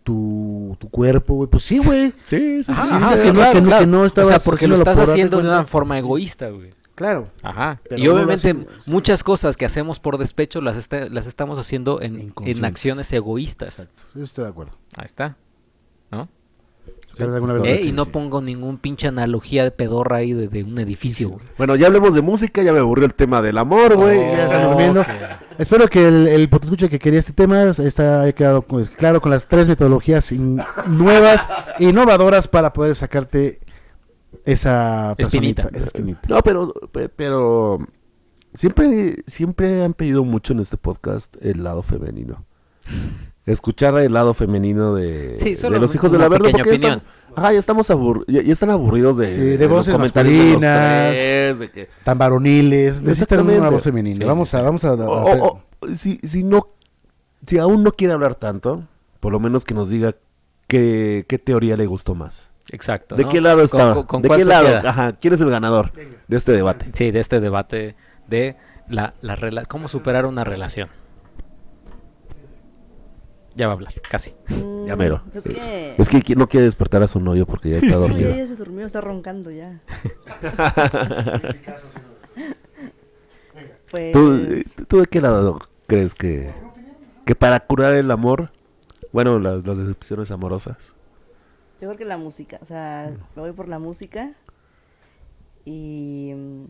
C: tu, tu cuerpo, güey. Pues sí, güey.
B: ah, Sí,
A: Ajá,
C: sí,
A: ajá,
C: sí,
A: sí,
C: que no-
A: claro,
C: que no- que
A: claro.
C: no
A: o sea,
C: estabas
A: porque lo
C: haciéndolo
A: estás
C: por darte
A: haciendo de una
C: cuenta.
A: forma egoísta, güey.
C: Claro.
A: Ajá.
C: Pero
A: Y
C: no lo
A: obviamente
C: hacen, sí.
A: muchas cosas que hacemos por despecho las, esta- las estamos haciendo en, en
C: Inconscientes.
A: acciones egoístas.
C: Exacto. Yo estoy de acuerdo.
A: Ahí está. ¿No?
C: ¿Sabes alguna vez lo
A: Eh,
C: que
A: y
C: sí,
A: no
C: sí.
A: pongo ningún pinche analogía de pedorra ahí de, de un edificio, güey.
B: Bueno, ya hablemos de música, ya me aburrió el tema del amor, güey.
C: Ya
B: Ya-
C: están durmiendo. Espero que el, el podescucha que quería este tema está haya quedado pues, claro con las tres metodologías in- nuevas, innovadoras para poder sacarte esa
A: Espinita.
C: personita, esa espinita.
B: No, pero, pe- pero siempre, siempre han pedido mucho en este podcast el lado femenino. Escuchar el lado femenino de,
A: Sí, solo
B: de los hijos de
A: una
B: la verdad.
A: pequeña
B: Porque ya están,
A: opinión.
B: ajá, ya estamos abur- ya, ya están aburridos de,
C: Sí, de
B: los
C: voces
B: comentarios de los
C: masculinas.
B: tres, de que-
C: Tan varoniles, necesitan
B: Exactamente.
C: una voz femenina.
A: Sí,
C: vamos
A: sí,
C: a, vamos a,
B: O-
C: a-
B: o- o- si, si no, si aún no quiere hablar tanto, por lo menos que nos diga qué, qué teoría le gustó más.
A: Exacto.
B: ¿De
A: ¿no?
B: qué lado
A: ¿Con-
B: está?
A: con- con
B: ¿De
A: cuál
B: qué
A: se
B: lado?
A: queda?
B: Ajá, ¿quién es el ganador de este debate?
A: Sí, de este debate de la, la rela- cómo superar una relación. Ya va a hablar, casi.
E: Mm,
B: Ya mero.
E: pues
B: Eh,
E: que-
B: Es que qui- no quiere despertar a su novio porque ya está
E: [LAUGHS] Sí,
B: dormido.
E: ella se durmió, está roncando ya. Pues.
B: ¿Tú, [LAUGHS] eh, tú de qué lado crees que, que para curar el amor, bueno, las, las decepciones amorosas?
E: Yo creo que la música, o sea, me voy por la música. Y. mm,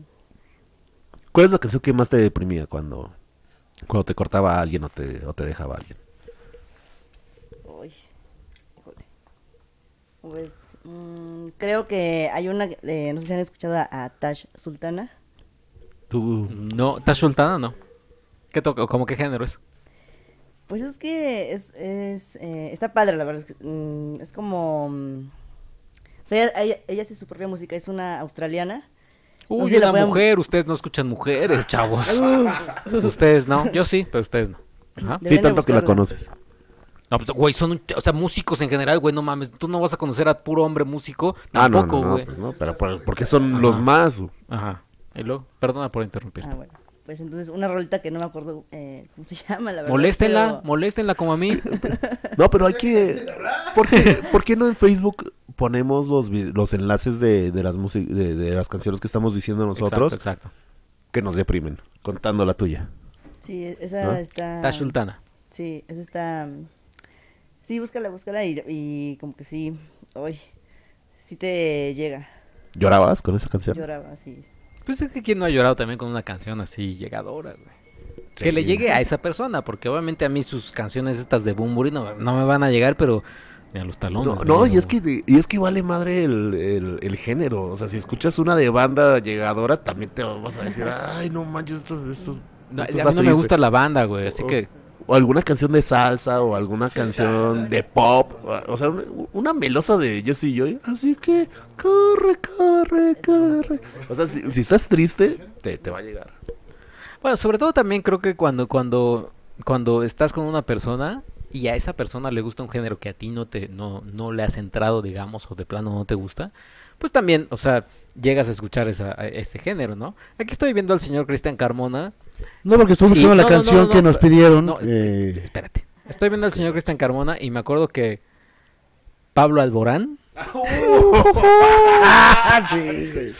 B: ¿Cuál es la canción que más te deprimía cuando, cuando te cortaba a alguien o te, o te dejaba a alguien?
E: uy, híjole. Pues. mm, creo que hay una. eh, no sé si han escuchado a, a Tash Sultana.
B: Tú,
A: No, ¿estás sultana no? ¿Qué toca? ¿Cómo qué género es?
E: Pues es que es, es, eh, está padre, la verdad. Es, que, mm, es como... mm, o sea, ella, ella- ella hace su propia música, es una australiana. Ah, No
A: Uy,
E: sé si la
A: una
E: puedan-
A: mujer, ustedes no escuchan mujeres,
B: Ah.
A: chavos. ustedes no, yo sí, pero ustedes no. Ajá.
E: De-
B: sí,
E: Deberían
B: tanto que la
E: buscarla.
B: conoces.
A: No, pues, güey, son, un ch- o sea, músicos en general, güey, no mames, tú no vas a conocer a puro hombre músico,
B: Ah, no,
A: tampoco,
B: no, no,
A: güey.
B: pues no, pero por- porque son los más.
A: Ajá. Y luego, perdona por interrumpirte.
E: Ah, bueno. Pues entonces una rolita que no me acuerdo eh, cómo se [LAUGHS] llama, la verdad.
A: moléstenla,
E: pero-
A: moléstenla como a mí.
B: No, pero hay que... ¿Por qué, por qué no en Facebook ponemos los, vi- los enlaces de, de las, músic- de, de las canciones que estamos diciendo nosotros
A: Exacto, exacto.
B: que nos deprimen? Contando la tuya.
E: Sí, esa
B: ¿No?
E: está...
A: Tash Sultana.
E: Sí, esa está... mm, Sí, búscala, búscala y, y como que sí, hoy sí te llega.
B: ¿Llorabas con esa canción?
E: Lloraba, sí.
A: Pues es que quien no ha llorado también con una canción así llegadora, güey. Que le llegue a esa persona, porque obviamente a mí sus canciones estas de Bumburi no, no me van a llegar, pero ni a los talones.
B: No,
A: güey,
B: no, y
A: yo-
B: es que de- y es que vale madre el, el- el género. O sea, si escuchas una de banda llegadora, también te vas a decir, ay, no manches, esto, esto,
A: No, a
B: esto
A: mí
B: está
A: no me
B: triste".
A: gusta la banda, güey, así
B: O-
A: que...
B: O alguna canción de salsa, o alguna canción de pop. O sea, una, una melosa de Jesse Joy. Así que, corre, corre, corre. O sea, si, si estás triste, te, te va a llegar.
A: Bueno, sobre todo también creo que cuando, cuando, cuando estás con una persona y a esa persona le gusta un género que a ti no te, no, no le has entrado, digamos, o de plano no te gusta, pues también, o sea, llegas a escuchar esa, a ese género, ¿no? Aquí estoy viendo al señor Cristian Carmona.
C: No, porque estoy buscando
A: Y-
C: la
A: no, no,
C: canción
A: no, no,
C: que nos
A: pero-
C: pidieron.
A: no,
C: eh,
A: Espérate. Estoy viendo al señor Cristian Carmona y me acuerdo que Pablo Alborán
C: Ah,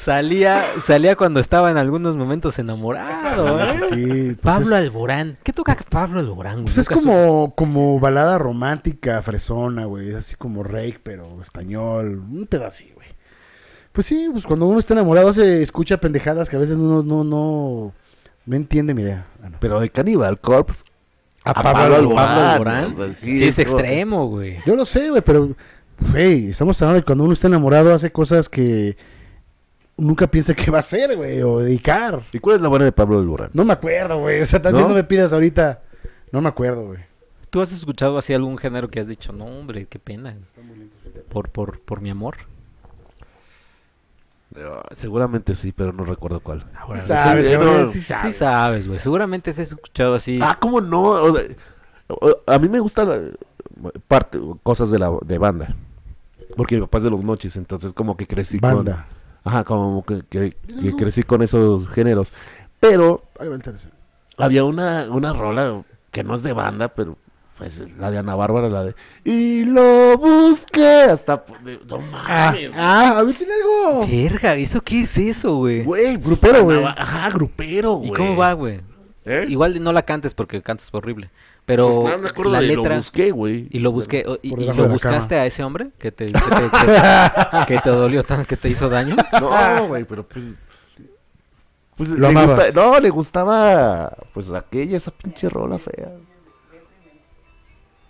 A: salía, salía cuando estaba en algunos momentos enamorado, ¿eh?
C: sí, pues
A: Pablo
C: es,
A: Alborán. ¿Qué toca Pablo Alborán? güey?
C: pues es
A: Nunca supe.
C: como, como balada romántica, fresona, güey. Es así como rake, pero español. Un pedazo, así, güey. Pues sí, pues cuando uno está enamorado se escucha pendejadas que a veces no, no, no, no entiende mi idea. Ah, no.
B: Pero de Cannibal Corpse. A,
A: Pablo
B: Alborán,
A: Alborán.
B: o sea,
A: Sí, es
B: como-
A: extremo, güey.
C: Yo lo sé, güey, pero, güey, estamos hablando de cuando uno está enamorado hace cosas que nunca piensa que va a hacer, güey, o dedicar.
B: ¿Y cuál es la buena de Pablo Alborán?
C: No me acuerdo, güey. O sea, también
B: ¿No?
C: no me pidas ahorita. No me acuerdo, güey.
A: ¿Tú has escuchado así algún género que has dicho, no, hombre, qué pena? Por, por, por mi amor.
B: Seguramente sí, pero no recuerdo cuál.
C: Sí
B: lo
C: sabes,
B: estoy
C: cabrón,
B: viendo.
C: sí
A: Sí
C: sabes.
A: sabes, güey. Seguramente has escuchado así.
B: Ah, ¿cómo no? O sea, o- a mí me gustan parte, cosas de la de banda. Porque mi papá es de los mochis, entonces como que crecí
C: Banda.
B: con... Ajá, como que, que- que crecí con esos géneros. Pero
C: Ahí va el tercero.
B: había una, una rola que no es de banda, pero pues la de Ana Bárbara, la de... Y lo busqué hasta... pues, No
C: Ah,
B: mames,
C: ah, a ver, tiene algo.
A: Verga, ¿eso qué es eso, güey?
B: güey.
C: Grupero, güey.
B: Ana Ba- Ajá, grupero,
A: ¿Y
B: güey.
A: cómo va, güey?
B: ¿Eh?
A: Igual no la cantes porque cantas horrible. Pero
B: Pues no me acuerdo
A: la
B: de
A: letra.
B: lo busqué, güey.
A: Y lo busqué. o- ¿Y,
C: Por
A: y
C: debajo
A: lo
C: de la
A: buscaste
C: cama.
A: a ese hombre que te, que te-
C: [LAUGHS]
A: que- que te dolió tan, que te hizo daño?
B: No,
C: [LAUGHS]
B: güey, pero pues. Pues
C: Lo
B: le
C: amabas.
B: gusta- no, le gustaba. Pues aquella, esa pinche rola fea.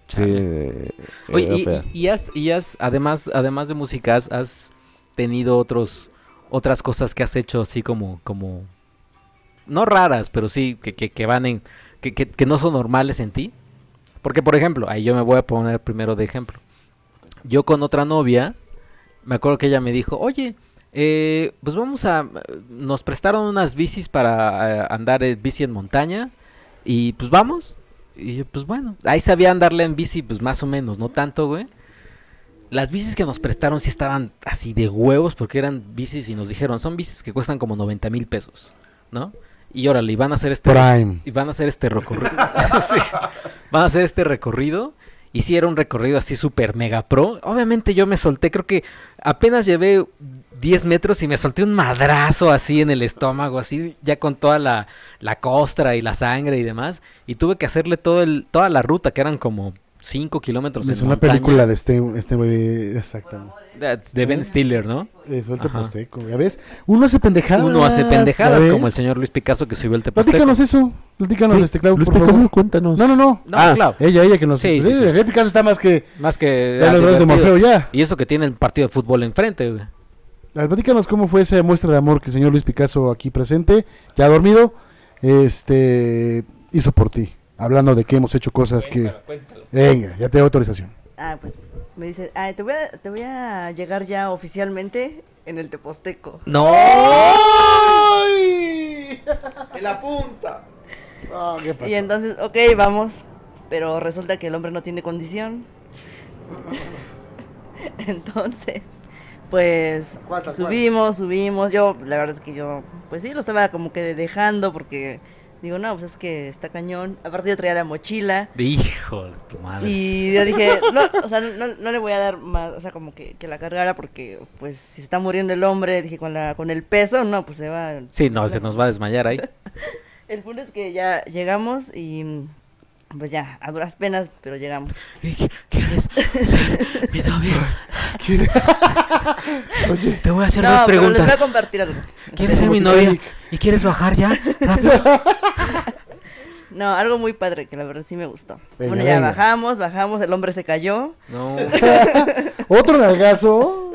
B: Sí.
A: Oye,
B: era
A: y,
B: fea.
A: y- y has, y has, además, además de músicas, has tenido otros, otras cosas que has hecho así como, como, no raras, pero sí que, que, que van en, que, que, que no son normales en ti. Porque, por ejemplo, ahí yo me voy a poner primero de ejemplo. Yo con otra novia, me acuerdo que ella me dijo, oye, eh, pues vamos a, nos prestaron unas bicis para eh, andar en bici en montaña y pues vamos. Y yo, pues bueno, ahí sabía andarle en bici, pues más o menos, no tanto, güey. Las bicis que nos prestaron sí estaban así de huevos porque eran bicis y nos dijeron, son bicis que cuestan como 90 mil pesos, ¿no? Y órale, y van a hacer este...
C: Prime.
A: [LAUGHS] Y van a hacer este recorrido. Sí. Van a hacer este recorrido. Y sí era un recorrido así súper mega pro. Obviamente yo me solté, creo que apenas llevé 10 metros y me solté un madrazo así en el estómago, así ya con toda la, la costra y la sangre y demás. Y tuve que hacerle todo el, toda la ruta, que eran como 5 kilómetros.
C: Es
A: en
C: una
A: montaña.
C: película de este, este güey, exactamente.
A: That's de Ben Stiller, ¿no?
C: Eh, suelta
A: Ajá.
C: posteco, ya ves. Uno hace pendejadas.
A: Uno hace pendejadas
C: ¿sabes?
A: como el señor Luis Picasso que subió el teposteco.
C: Platícanos eso, platícanos
B: Sí,
C: este Clau,
B: Luis
C: por favor.
B: Picasso, cuéntanos.
C: No, no, no.
A: No,
B: Ah,
A: Clau,
C: Ella, ella que nos...
A: Sí, sí, sí,
C: eh, Picasso está más que...
A: Más que...
C: Ya
A: ah,
C: los dos de
A: divertido.
C: Morfeo, ya.
A: Y eso que tiene el partido de fútbol enfrente. güey.
C: A ver, platícanos cómo fue esa muestra de amor que el señor Luis Picasso aquí presente, ya dormido, este, hizo por ti. Hablando de que hemos hecho cosas que... Venga, ya te doy autorización.
E: Ah, pues me dice, "Ah, te, voy a, te voy a llegar ya oficialmente en el Teposteco.
A: ¡No!
D: En la punta.
E: Y entonces, ok, vamos. Pero resulta que el hombre no tiene condición. [LAUGHS] entonces, pues subimos, subimos. Yo, la verdad es que yo, pues sí, lo estaba como que dejando porque digo, no, pues es que está cañón. Aparte yo traía la mochila.
A: Hijo de tu madre.
E: Y yo dije, no, o sea, no, no le voy a dar más, o sea, como que, que la cargara porque, pues, si se está muriendo el hombre, dije, con, la, con el peso, no, pues se va.
A: Sí, no, se nos va a desmayar ahí.
E: El punto es que ya llegamos y, mm, pues ya, a duras penas, pero llegamos.
A: ¿Quieres ser mi novia?
C: Oye,
A: Te voy a hacer
E: [LAUGHS] no,
A: dos
E: pero les voy
A: preguntas.
E: a compartir algo.
A: ¿Quieres ser mi novia? ¿Y quieres bajar ya? Rápido.
E: No, algo muy padre que la verdad sí me gustó.
C: Venga,
E: bueno, ya
C: venga.
E: bajamos, bajamos, el hombre se cayó
A: [LAUGHS] No.
C: otro nalgazo.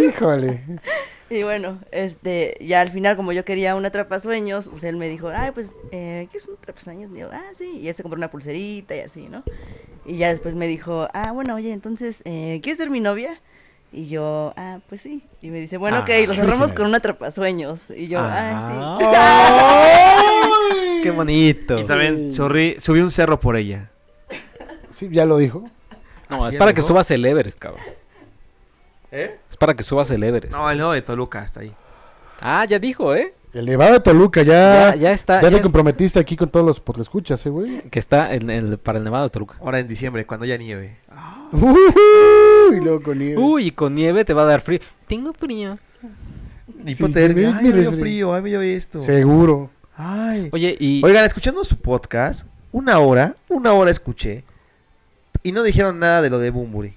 C: Híjole.
E: y bueno, este, ya al final como yo quería una trapasueños, pues él me dijo, ay, pues, eh, ¿qué es un trapasueños? Y yo, ah, sí, y él se compró una pulserita y así, ¿no? Y ya después me dijo, ah, bueno, oye, entonces, eh, ¿quieres ser mi novia? Y yo, ah, pues sí. Y me dice, bueno,
A: Ah,
E: ok, lo cerramos
B: qué
E: con una trapasueños. Y yo, ah, sí.
A: ¡Qué bonito!
D: Y también sorrí- subí un cerro por ella.
C: Sí, ya lo dijo.
A: No,
D: Así
A: es para que
D: algo.
A: subas el Everest, cabrón.
D: ¿Eh?
A: Es para que subas el Everest.
D: No, el no de Toluca está ahí.
A: Ah, ya dijo, ¿eh?
C: El Nevado de Toluca, ya...
A: Ya- ya está,
C: Ya,
A: ya
C: te
A: es-
C: comprometiste aquí con todos los podescuchas, eh, güey.
A: Que está en el, para el Nevado de Toluca.
D: Ahora en diciembre, cuando ya nieve. Ah,
C: Uy, loco, nieve.
A: Uy, y con nieve te va a dar frío. Tengo frío.
D: hipotermia.
C: sí,
D: Ay, me dio
C: sí.
D: frío, ay, me dio esto.
C: Seguro.
D: Ay.
A: Oye, y...
D: Oigan, escuchando su podcast, una hora, una hora escuché. Y no dijeron nada de lo de Bumburi.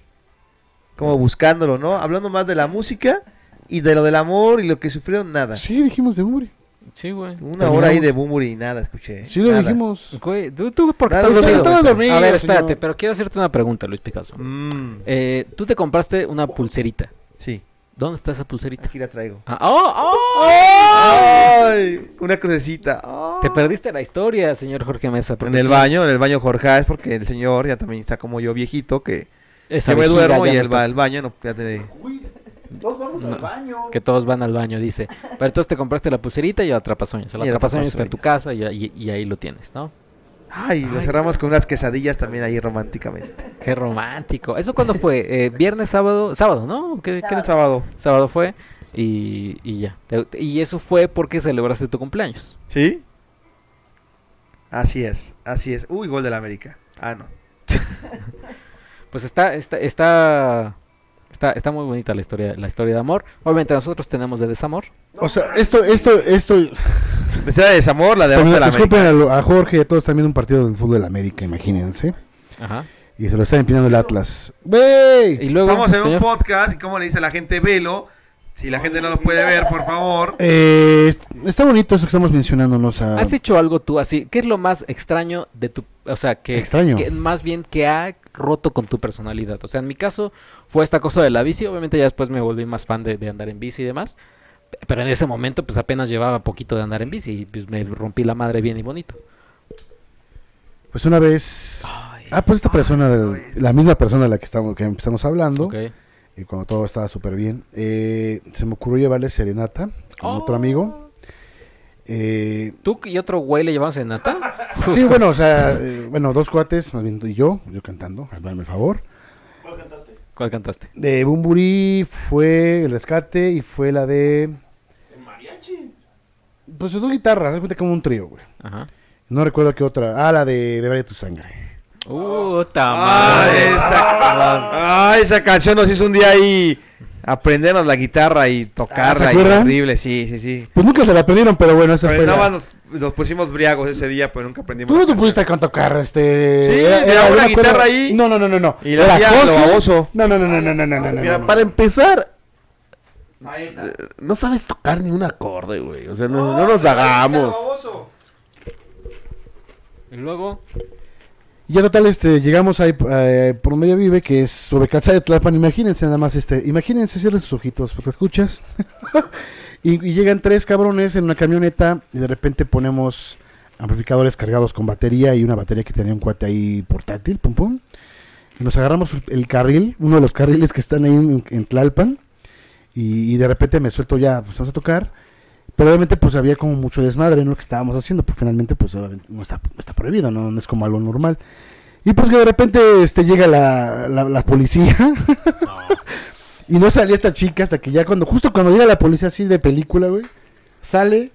D: Como buscándolo, ¿no? Hablando más de la música y de lo del amor y lo que sufrieron, nada.
C: Sí, dijimos de Umbre.
A: Sí, güey.
D: Una hora ahí
C: Terminamos.
D: de Bumburi y nada escuché.
C: Sí, lo
D: Eh, nada.
C: dijimos.
A: Güey, tú, tú porque
D: Claro,
A: estás
D: usted
A: dormido.
D: estaba
C: dormido,
A: A ver,
C: señor.
A: espérate, pero quiero hacerte una pregunta, Luis Picasso.
D: Mm,
A: Eh, tú te compraste una pulserita.
D: sí,
A: ¿Dónde está esa pulserita?
D: aquí la traigo.
A: Ah, ¡Oh! ¡Oh!
D: ¡Ay! Una crucecita. ¡Ah!
A: Te perdiste la historia, señor Jorge Mesa. porque
D: En el
A: sí,
D: baño, en el baño Jorge, es porque el señor ya también está como yo viejito que
A: esa
D: yo me
A: vejiga
D: duermo
A: ya
D: y
A: no
D: él va
A: está-
D: al baño, no ya te-
A: Que todos van al baño, dice. Pero entonces te compraste la pulserita y el atrapasueños. El
D: Y el
A: atrapasueños está en tu
D: atrapasueños.
A: casa y, y- y ahí lo tienes, ¿no?
D: Ay, lo cerramos con unas quesadillas también ahí románticamente.
A: Qué romántico. ¿Eso cuándo [LAUGHS] fue? Eh, viernes, sábado. Sábado, ¿no? ¿Qué, qué-
D: ¿Qué era el sábado?
A: sábado fue. Y, y ya. Te- Y eso fue porque celebraste tu cumpleaños.
D: ¿Sí? Así es, así es. Uy, gol del América. Ah, no.
A: Pues está, está, está, está, está muy bonita la historia, la historia de amor. Obviamente nosotros tenemos de desamor.
C: O sea, esto, esto, esto.
D: Desea de desamor, la de amor
C: También-
D: del América.
C: disculpen a, lo- a Jorge, todos también un partido del fútbol de la América, imagínense.
A: Ajá.
C: Y se lo está empinando el Atlas. ¡Wey!
A: Y luego.
D: Estamos en un
A: señor-
D: podcast y como le dice la gente, velo. Si la gente no lo puede ver, por favor.
C: Eh, est- está bonito eso que estamos mencionándonos a.
A: ¿Has hecho algo tú así? ¿Qué es lo más extraño de tu... O sea, que,
C: Extraño.
A: que más bien que ha roto con tu personalidad? O sea, en mi caso fue esta cosa de la bici. Obviamente ya después me volví más fan de, de andar en bici y demás. Pero en ese momento pues apenas llevaba poquito de andar en bici y pues me rompí la madre bien y bonito.
C: Pues una vez. Ah, pues esta persona, del- la misma persona de la que estamos, que empezamos hablando,
A: Ok.
C: y cuando todo estaba súper bien, eh, se me ocurrió llevarle serenata con otro amigo. Eh,
A: ¿Tú y otro güey le llevamos en nata?
C: [LAUGHS]
A: [LAUGHS]
C: sí, bueno, o sea, eh, bueno, dos cuates, más bien tú y yo, yo cantando, hazme el favor.
A: ¿Cuál cantaste?
C: De Bumburi fue el rescate y fue la de. ¿El mariachi? Pues son dos guitarras, haz de cuenta como un trío, güey.
A: Ajá.
C: No recuerdo qué otra. Ah, la de Beberé tu sangre.
A: Uh, ta
D: Ah,
A: madre.
D: esa, ah, esa canción nos hizo un día ahí aprendernos la guitarra y tocarla.
C: ¿se
D: y
C: acuerdan?
D: horrible, sí, sí, sí.
C: Pues nunca se la pidieron, pero bueno, esa
D: Pero
C: fue.
D: nada
C: la-
D: más nos, nos pusimos briagos ese día, pues nunca aprendimos.
C: Tú no
D: la
C: te
D: canción.
C: pusiste a tocar, este.
D: Sí, era una guitarra ahí.
C: No, no, no, no. no.
D: Y la hacía lo baboso.
C: No, no, no, no, no, no, no, no, no.
B: Mira,
C: no.
B: para empezar, eh, no sabes tocar ni un acorde, güey. O sea, no, no
D: Ah,
B: nos hagamos.
A: Y luego,
C: Y Ya total, este, llegamos ahí eh, por donde ella vive, que es sobre calzada de Tlalpan. Imagínense nada más, este, imagínense, cierren sus ojitos, ¿te escuchas? [LAUGHS] y, y llegan tres cabrones en una camioneta y de repente ponemos amplificadores cargados con batería y una batería que tenía un cuate ahí portátil, pum pum. Y nos agarramos el carril, uno de los carriles que están ahí en, en Tlalpan. Y, y de repente me suelto ya, pues vamos a tocar. Pero obviamente pues había como mucho desmadre en lo que estábamos haciendo, porque finalmente pues obviamente, no está, no está prohibido, ¿no? no es como algo normal. Y pues que de repente este, llega la, la, la policía [LAUGHS] y no salía esta chica hasta que ya cuando, justo cuando llega la policía así de película, güey, sale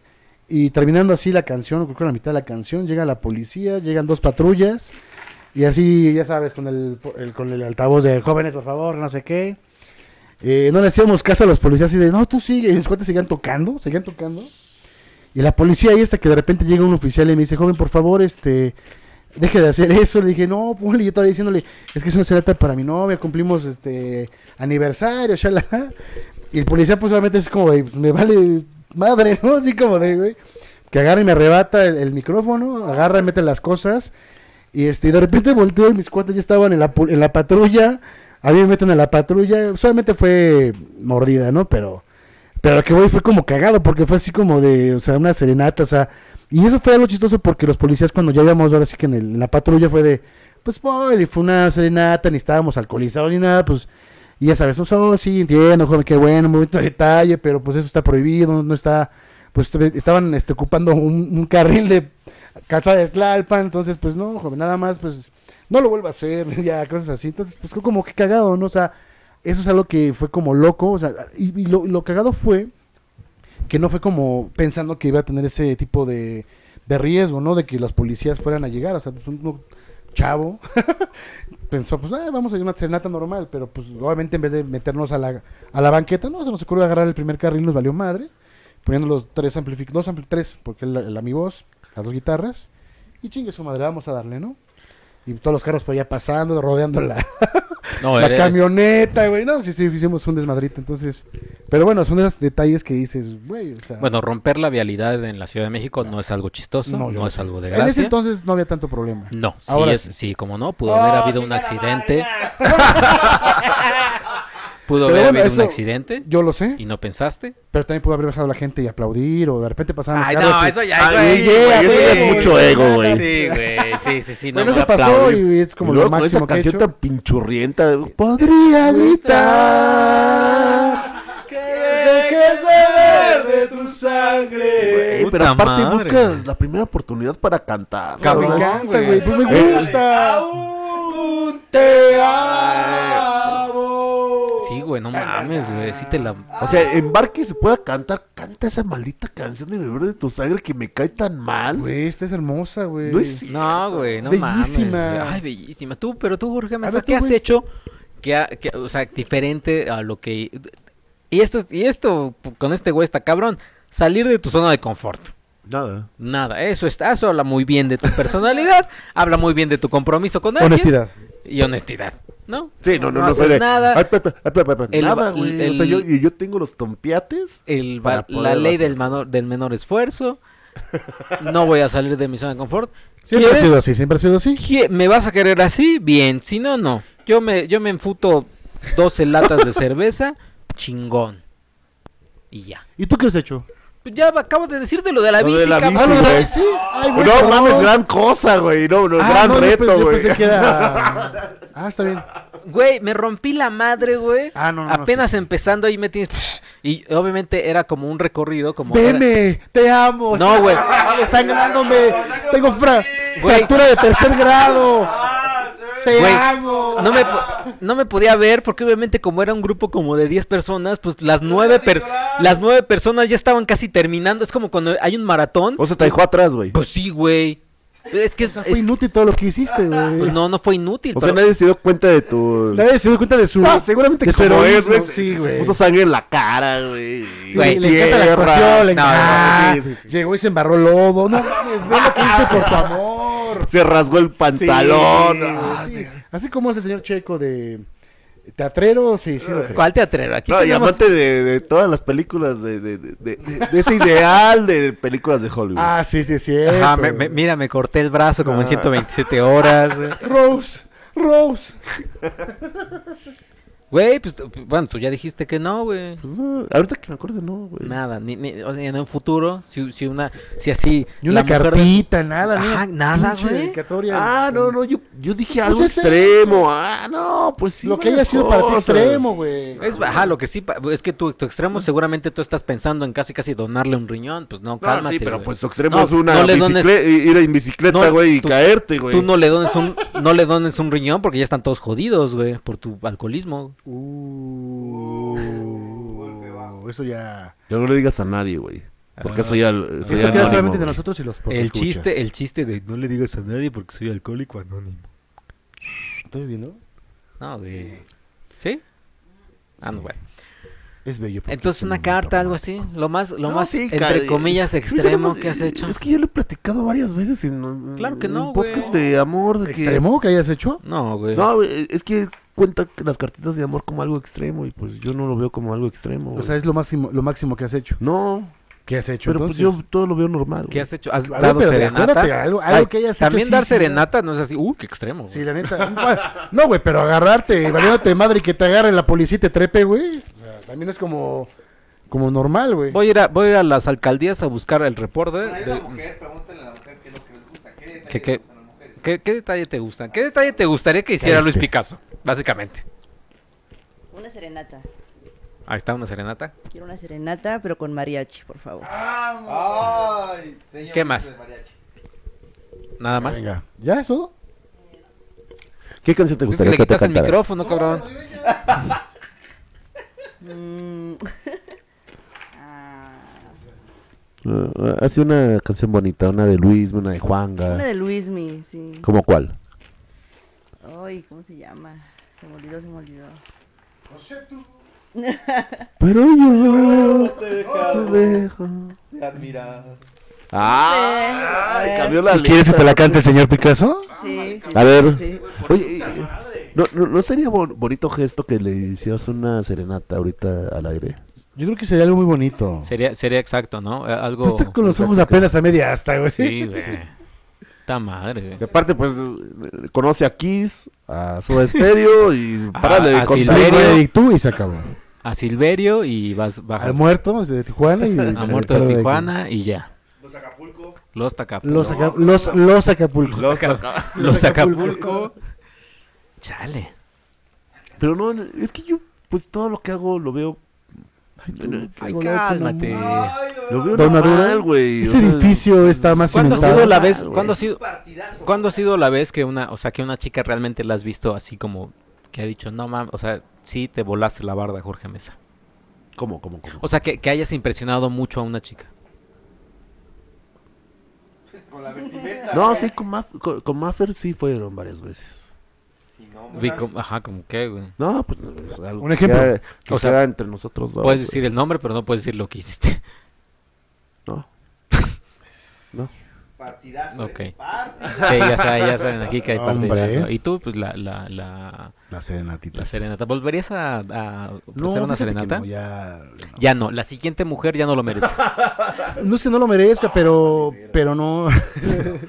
C: y terminando así la canción, o creo que la mitad de la canción, llega la policía, llegan dos patrullas y así, ya sabes, con el, po- el- con el altavoz de jóvenes, por favor, no sé qué. Eh, no le hacíamos caso a los policías así de, no, tú sigue, y los cuates seguían tocando, seguían tocando. Y la policía ahí hasta que de repente llega un oficial y me dice, joven, por favor, este, deje de hacer eso. Le dije, no, ponle, yo estaba diciéndole, es que es una celata para mi novia, cumplimos este aniversario, shalala. Y el policía pues obviamente es como de, me vale madre, ¿no? Así como de, güey, que agarra y me arrebata el, el micrófono, agarra y mete las cosas. Y este, y de repente volteo y mis cuates ya estaban en la, pu- en la patrulla. A mí me meten a la patrulla. Solamente fue mordida, ¿no? Pero, pero lo que voy fue como cagado, porque fue así como de, o sea, una serenata, o sea. Y eso fue algo chistoso porque los policías cuando ya íbamos ahora sí que en, el- en la patrulla fue de, pues, y fue una serenata, ni estábamos alcoholizados ni nada, pues, y ya sabes, no solo sí, entiendo, joven, qué bueno, momento de detalle, pero pues eso está prohibido, no, no está, pues te- estaban este, ocupando un, un carril de calzada de Tlalpan, entonces pues no, joven, nada más, pues no lo vuelva a hacer, [LAUGHS] ya, cosas así, entonces pues fue como que cagado, ¿no? O sea, eso es algo que fue como loco, o sea, y, y lo, lo cagado fue que no fue como pensando que iba a tener ese tipo de, de riesgo, ¿no? De que los policías fueran a llegar, o sea, pues un, un chavo [LAUGHS] pensó, pues "Ah, vamos a ir a una serenata normal, pero pues obviamente en vez de meternos a la, a la banqueta, no, se nos ocurrió agarrar el primer carril, nos valió madre, poniendo los tres amplificadores, dos ampli- tres, porque la, la mi voz, las dos guitarras, y chingue su madre, vamos a darle, ¿no? Y todos los carros por allá pasando, rodeando la,
A: no, eh,
C: la
A: era-
C: camioneta, güey. No, sí, sí, hicimos un desmadrito, entonces. Pero bueno, son esos detalles que dices, güey, o sea.
A: bueno, romper la vialidad en la Ciudad de México no es algo chistoso, no,
C: yo
A: es algo de
C: En
A: gracia.
C: ese entonces no había tanto problema.
A: No, sí,
C: Ahora
A: es,
C: sí.
A: sí, como Oh, no, pudo haber habido un accidente. [LAUGHS] pudo
C: Pero
A: haber
C: bueno,
A: habido
C: eso-
A: un accidente
C: Yo lo sé,
A: y no pensaste.
C: pero también pudo haber bajado la gente y aplaudir, o de repente pasaban los
A: Ay,
C: carros
A: no,
C: y-
A: eso ya
D: Ah,
A: güey.
D: sí,
C: Yeah,
B: güey, eso ya
C: güey.
B: es mucho ego, güey.
A: Sí, güey, sí, sí, sí, no
C: Bueno, eso
A: mames.
C: pasó
B: aplaudir.
C: y es como
B: Y
C: lo
B: luego con esa
C: máximo que he
B: canción
C: hecho.
B: tan pinchurrienta. de,
C: Podría
B: gritar
C: que dejes beber de
D: tu sangre.
B: Güey, pero
A: Puta
B: aparte
A: madre.
B: buscas la primera oportunidad para cantar.
C: Me
A: Cabrón,
C: encanta,
A: güey.
C: güey, pues me gusta.
D: Aún te amo.
A: Sí, güey, no mames, güey, sí te la...
B: O sea, en bar que se pueda cantar, canta esa maldita canción de beber de tu sangre que me cae tan mal.
C: Güey, esta es hermosa, güey.
B: No es cierto.
A: No, güey, no mames.
C: Bellísima.
A: güey. Ay, bellísima. Tú, pero tú, Jorge Mesa,
C: ver, tú,
A: ¿qué has
C: güey.
A: hecho? Que, ha- que- o sea, diferente a lo que... Y esto, es- y esto p- con este güey está cabrón. Salir de tu zona de confort.
B: Nada.
A: Nada, eso está, eso habla muy bien de tu [LAUGHS] personalidad, habla muy bien de tu compromiso con alguien.
C: Honestidad.
A: Y honestidad, ¿no?
B: Sí, no, no, no,
A: haces
B: fue de,
A: nada.
B: "Ay, pepe, ay, pepe, pepe",
A: El-
B: nada, güey. O sea,
A: el-
B: yo, y yo tengo los tompiates.
A: el
B: para
A: va- la
B: poder
A: ley
B: hacer.
A: del, menor, del menor esfuerzo. No voy a salir de mi zona de confort.
C: Siempre ha
A: ¿Quieres?
C: sido así, siempre ha sido así.
A: ¿Quie- ¿Me vas a querer así? Bien, si no, no. Yo me, yo me enfuto 12 latas de [LAUGHS] cerveza, chingón. Y ya.
C: ¿Y tú qué has hecho?
A: Pues ya acabo de decirte lo de la
B: Lo
A: bici,
B: de la
A: cabrón.
B: bici,
A: Ah, lo de la-
B: güey.
C: Sí, ay, güey,
B: No
C: cabrón.
B: mames, gran cosa, güey. No, no,
C: Ah,
B: gran
C: no, yo pe-
B: reto,
C: yo
B: güey.
C: pensé que
B: [LAUGHS]
C: era- Ah, está bien.
A: Güey, me rompí la madre, güey.
C: Ah, no, no, no,
A: Apenas
C: sí.
A: empezando ahí me tienes... Y obviamente era como un recorrido, como... era-
C: Veme, te amo.
A: No, güey.
C: Sangrándome. Tengo fra-
A: Güey.
C: fractura de tercer grado. Te
A: Güey,
C: amo.
A: No me, po- no me podía ver porque obviamente como era un grupo como de 10 personas, pues las nueve per- las nueve personas ya estaban casi terminando. Es como cuando hay un maratón.
B: O sea, te dejó atrás, güey.
A: Pues sí, güey. Es que,
C: O sea,
A: es
C: fue
A: que-
C: inútil todo lo que hiciste, güey.
A: pues no, no fue inútil.
B: O sea,
A: pero-
B: nadie se dio cuenta de tu.
C: Nadie se dio cuenta de su.
B: Ah, seguramente
C: de su
B: como es,
C: heroísmo,
B: güey. se-
C: Sí,
B: se
C: güey.
B: puso sangre en la cara, güey.
C: Sí, le encanta la
B: Tierra.
C: actuación, le
B: No,
C: encanta. Ah,
B: no, sí, sí, sí.
C: Llegó y se embarró lodo. No mames, ve lo que hice
A: [LAUGHS]
C: por tu amor.
B: Se rasgó el pantalón.
C: Sí,
B: Ah,
C: sí. Así como ese señor checo de teatrero, sí, sí. lo creo.
A: Eh, ¿Cuál teatrero? Aquí
B: No, y
A: tenemos-
B: aparte de, de todas las películas, de, de, de- de- de- de ese ideal de películas de Hollywood.
C: Ah, sí, sí, es cierto.
A: Ajá, me- me- mira, me corté el brazo como en 127 [LAUGHS] horas. güey.
C: Rose, Rose.
A: Güey, pues tú- bueno, tú ya dijiste que no, güey.
B: Pues no, ahorita que me acuerdo, no, güey.
A: Nada, ni, ni- o sea, en un futuro, si, si una, si así.
C: Ni una
A: la mujer de-
C: cartita, nada, ni
A: Ajá,
C: una
A: nada,
C: pinche
A: güey.
C: dedicatoria.
B: Ah, no, no, yo, yo dije algo
C: Pues ese-
B: extremo. Ah, no, pues sí.
C: Lo que haya
B: varias
C: sido para ti
B: cosas.
C: extremo, güey.
A: Es, ajá, lo que sí, pa- es que tu, tu extremo seguramente tú estás pensando en casi casi donarle un riñón, pues no,
B: No,
A: cálmate.
B: sí, pero
A: güey.
B: pues tu extremo
A: No,
B: es una
A: no le dones-
B: bicicleta, ir en bicicleta,
A: No,
B: güey, y
A: tú-
B: caerte, güey.
A: Tú no le dones un, no le dones un riñón porque ya están todos jodidos, güey, por tu alcoholismo.
C: Uh, eso ya.
B: Yo no le digas a nadie, güey. Porque
A: Ah.
B: soy al. soy
C: Esto queda
B: anónimo,
C: solamente de
B: güey.
C: nosotros y los
A: el
C: podescuchas.
A: chiste, el chiste de no le digas a nadie porque soy alcohólico anónimo.
C: ¿Estoy viendo?
A: No, güey. ¿Sí? Ah, no, bueno.
C: Es bello. porque
A: Entonces
C: es un
A: una
C: momento
A: carta, algo
C: romántico.
A: así, lo más, lo
B: No,
A: más
B: sí,
A: entre
B: cae- [LAUGHS]
A: comillas
B: Creo que
A: extremo
B: nada más-
A: que has hecho.
B: Es que yo lo he platicado varias veces en un,
A: Claro que
B: en
A: no,
B: un podcast
A: güey.
B: de amor. De que,
C: ¿Extremo que hayas hecho?
A: No, güey.
B: No, güey, es que cuenta que las cartitas de amor como algo extremo y pues yo no lo veo como algo extremo.
C: O
B: güey.
C: sea, es lo máximo, lo máximo que has hecho.
B: no,
C: ¿Qué has hecho
B: pero pues yo todo lo veo normal.
A: ¿Qué
B: güey.
A: has hecho? ¿Has
C: Claro,
A: dado
C: pero de-
A: serenata?
C: acuérdate, algo- algo
A: Ay,
C: que hayas hecho
A: también
C: así,
A: dar
C: sí,
A: serenata no es así, uh, qué extremo.
C: Sí,
A: güey.
C: la neta. un cuad- No, güey, pero agarrarte, valiéndote madre y que te agarre la policía y te trepe, güey. O sea, también es como, como normal, güey.
A: Voy a, ir a, voy a ir a las alcaldías a buscar el reporte. de- ¿Qué, qué, qué- qué detalle te gusta? ¿Qué detalle te gustaría que hiciera Luis
C: Caíste.
A: Picasso? Básicamente.
E: Una serenata.
A: Ahí está una serenata.
E: Quiero una serenata, pero con mariachi, por favor.
A: ¿Qué más? Nada más.
C: Venga. ¿Ya es todo?
B: ¿Qué canción te
A: Es que
B: gustaría
A: le
B: que te
A: quitas el
B: cantara?
A: micrófono, cabrón.
E: Mm. [LAUGHS] Ah,
B: Ah, ah, Hace una canción bonita, una de Luis, una de Juanga.
E: Una de Luismi, sí.
B: ¿Cómo cuál?
E: Ay, ¿cómo se llama? Se me olvidó, se me olvidó.
B: Pero yo te dejo. Ah,
E: Sí,
B: ay,
E: sí.
B: cambió la letra.
C: ¿Quieres que te la cante el señor Picasso?
E: Sí, sí.
B: A ver.
E: sí.
B: Oye, eh, ¿no, no, no sería bon- bonito gesto que le hicieras una serenata ahorita al aire?
C: Yo creo que sería algo muy bonito. Pues
A: Sería, sería exacto, ¿no? Eh, Algo.
C: Está con los ojos apenas a media hasta, güey.
A: Sí,
C: [LAUGHS]
A: güey. Está madre,
B: De
A: güey.
B: parte, pues, eh, conoce a Kiss, a Soda Stereo [LAUGHS] y
A: A-
B: párale de
A: a
B: contar.
A: Silverio.
B: güey.
C: Y tú y se acabó.
A: A Silverio y vas baja.
C: Al muerto de
A: [LAUGHS]
C: Tijuana y
A: A muerto de Tijuana y ya. Los Acapulco.
C: Los, Aca- los, los Acapulco.
A: [LAUGHS] Los Acapulco. Chale.
B: Pero no, es que yo, pues, todo lo que hago lo veo...
A: Ay,
C: Qué bonito,
A: cálmate.
B: Lo veo
C: Don
B: normal,
C: Adura,
B: güey. o
C: Ese
B: sea,
C: edificio está más
A: ¿Cuándo ha
C: cimentado.
A: sido la vez?
B: güey.
A: ¿Cuándo ha sido? ¿Cuándo ha sido la vez que una, o sea, que una chica realmente la has visto así como que ha dicho, "No mames, o sea, sí te volaste la barda, Jorge Mesa"?
B: ¿Cómo, cómo, cómo?
A: O sea, que, que hayas impresionado mucho a una chica.
B: No, sí, con, Maf- con, con Maffer sí fueron varias veces.
A: Vi como- ajá, como que, güey.
B: No, pues, no, es algo
C: Un
B: que
C: ejemplo.
B: queda- que
A: O sea,
B: queda entre nosotros dos.
A: Puedes
C: pues.
B: güey.
A: decir el nombre, pero no puedes decir lo que hiciste.
B: No. No.
A: Ok. Sí, ya saben, ya saben aquí que hay
C: Hombre.
A: partidazo. Y tú, pues la, la, la,
C: La serenatita.
A: la serenata. ¿Volverías a, a ofrecer una
C: fíjate que
A: serenata?
C: No,
A: ya...
C: ya- no.
A: no, la siguiente mujer ya no lo merece.
C: No es que no lo merezca, pero pero no [LAUGHS]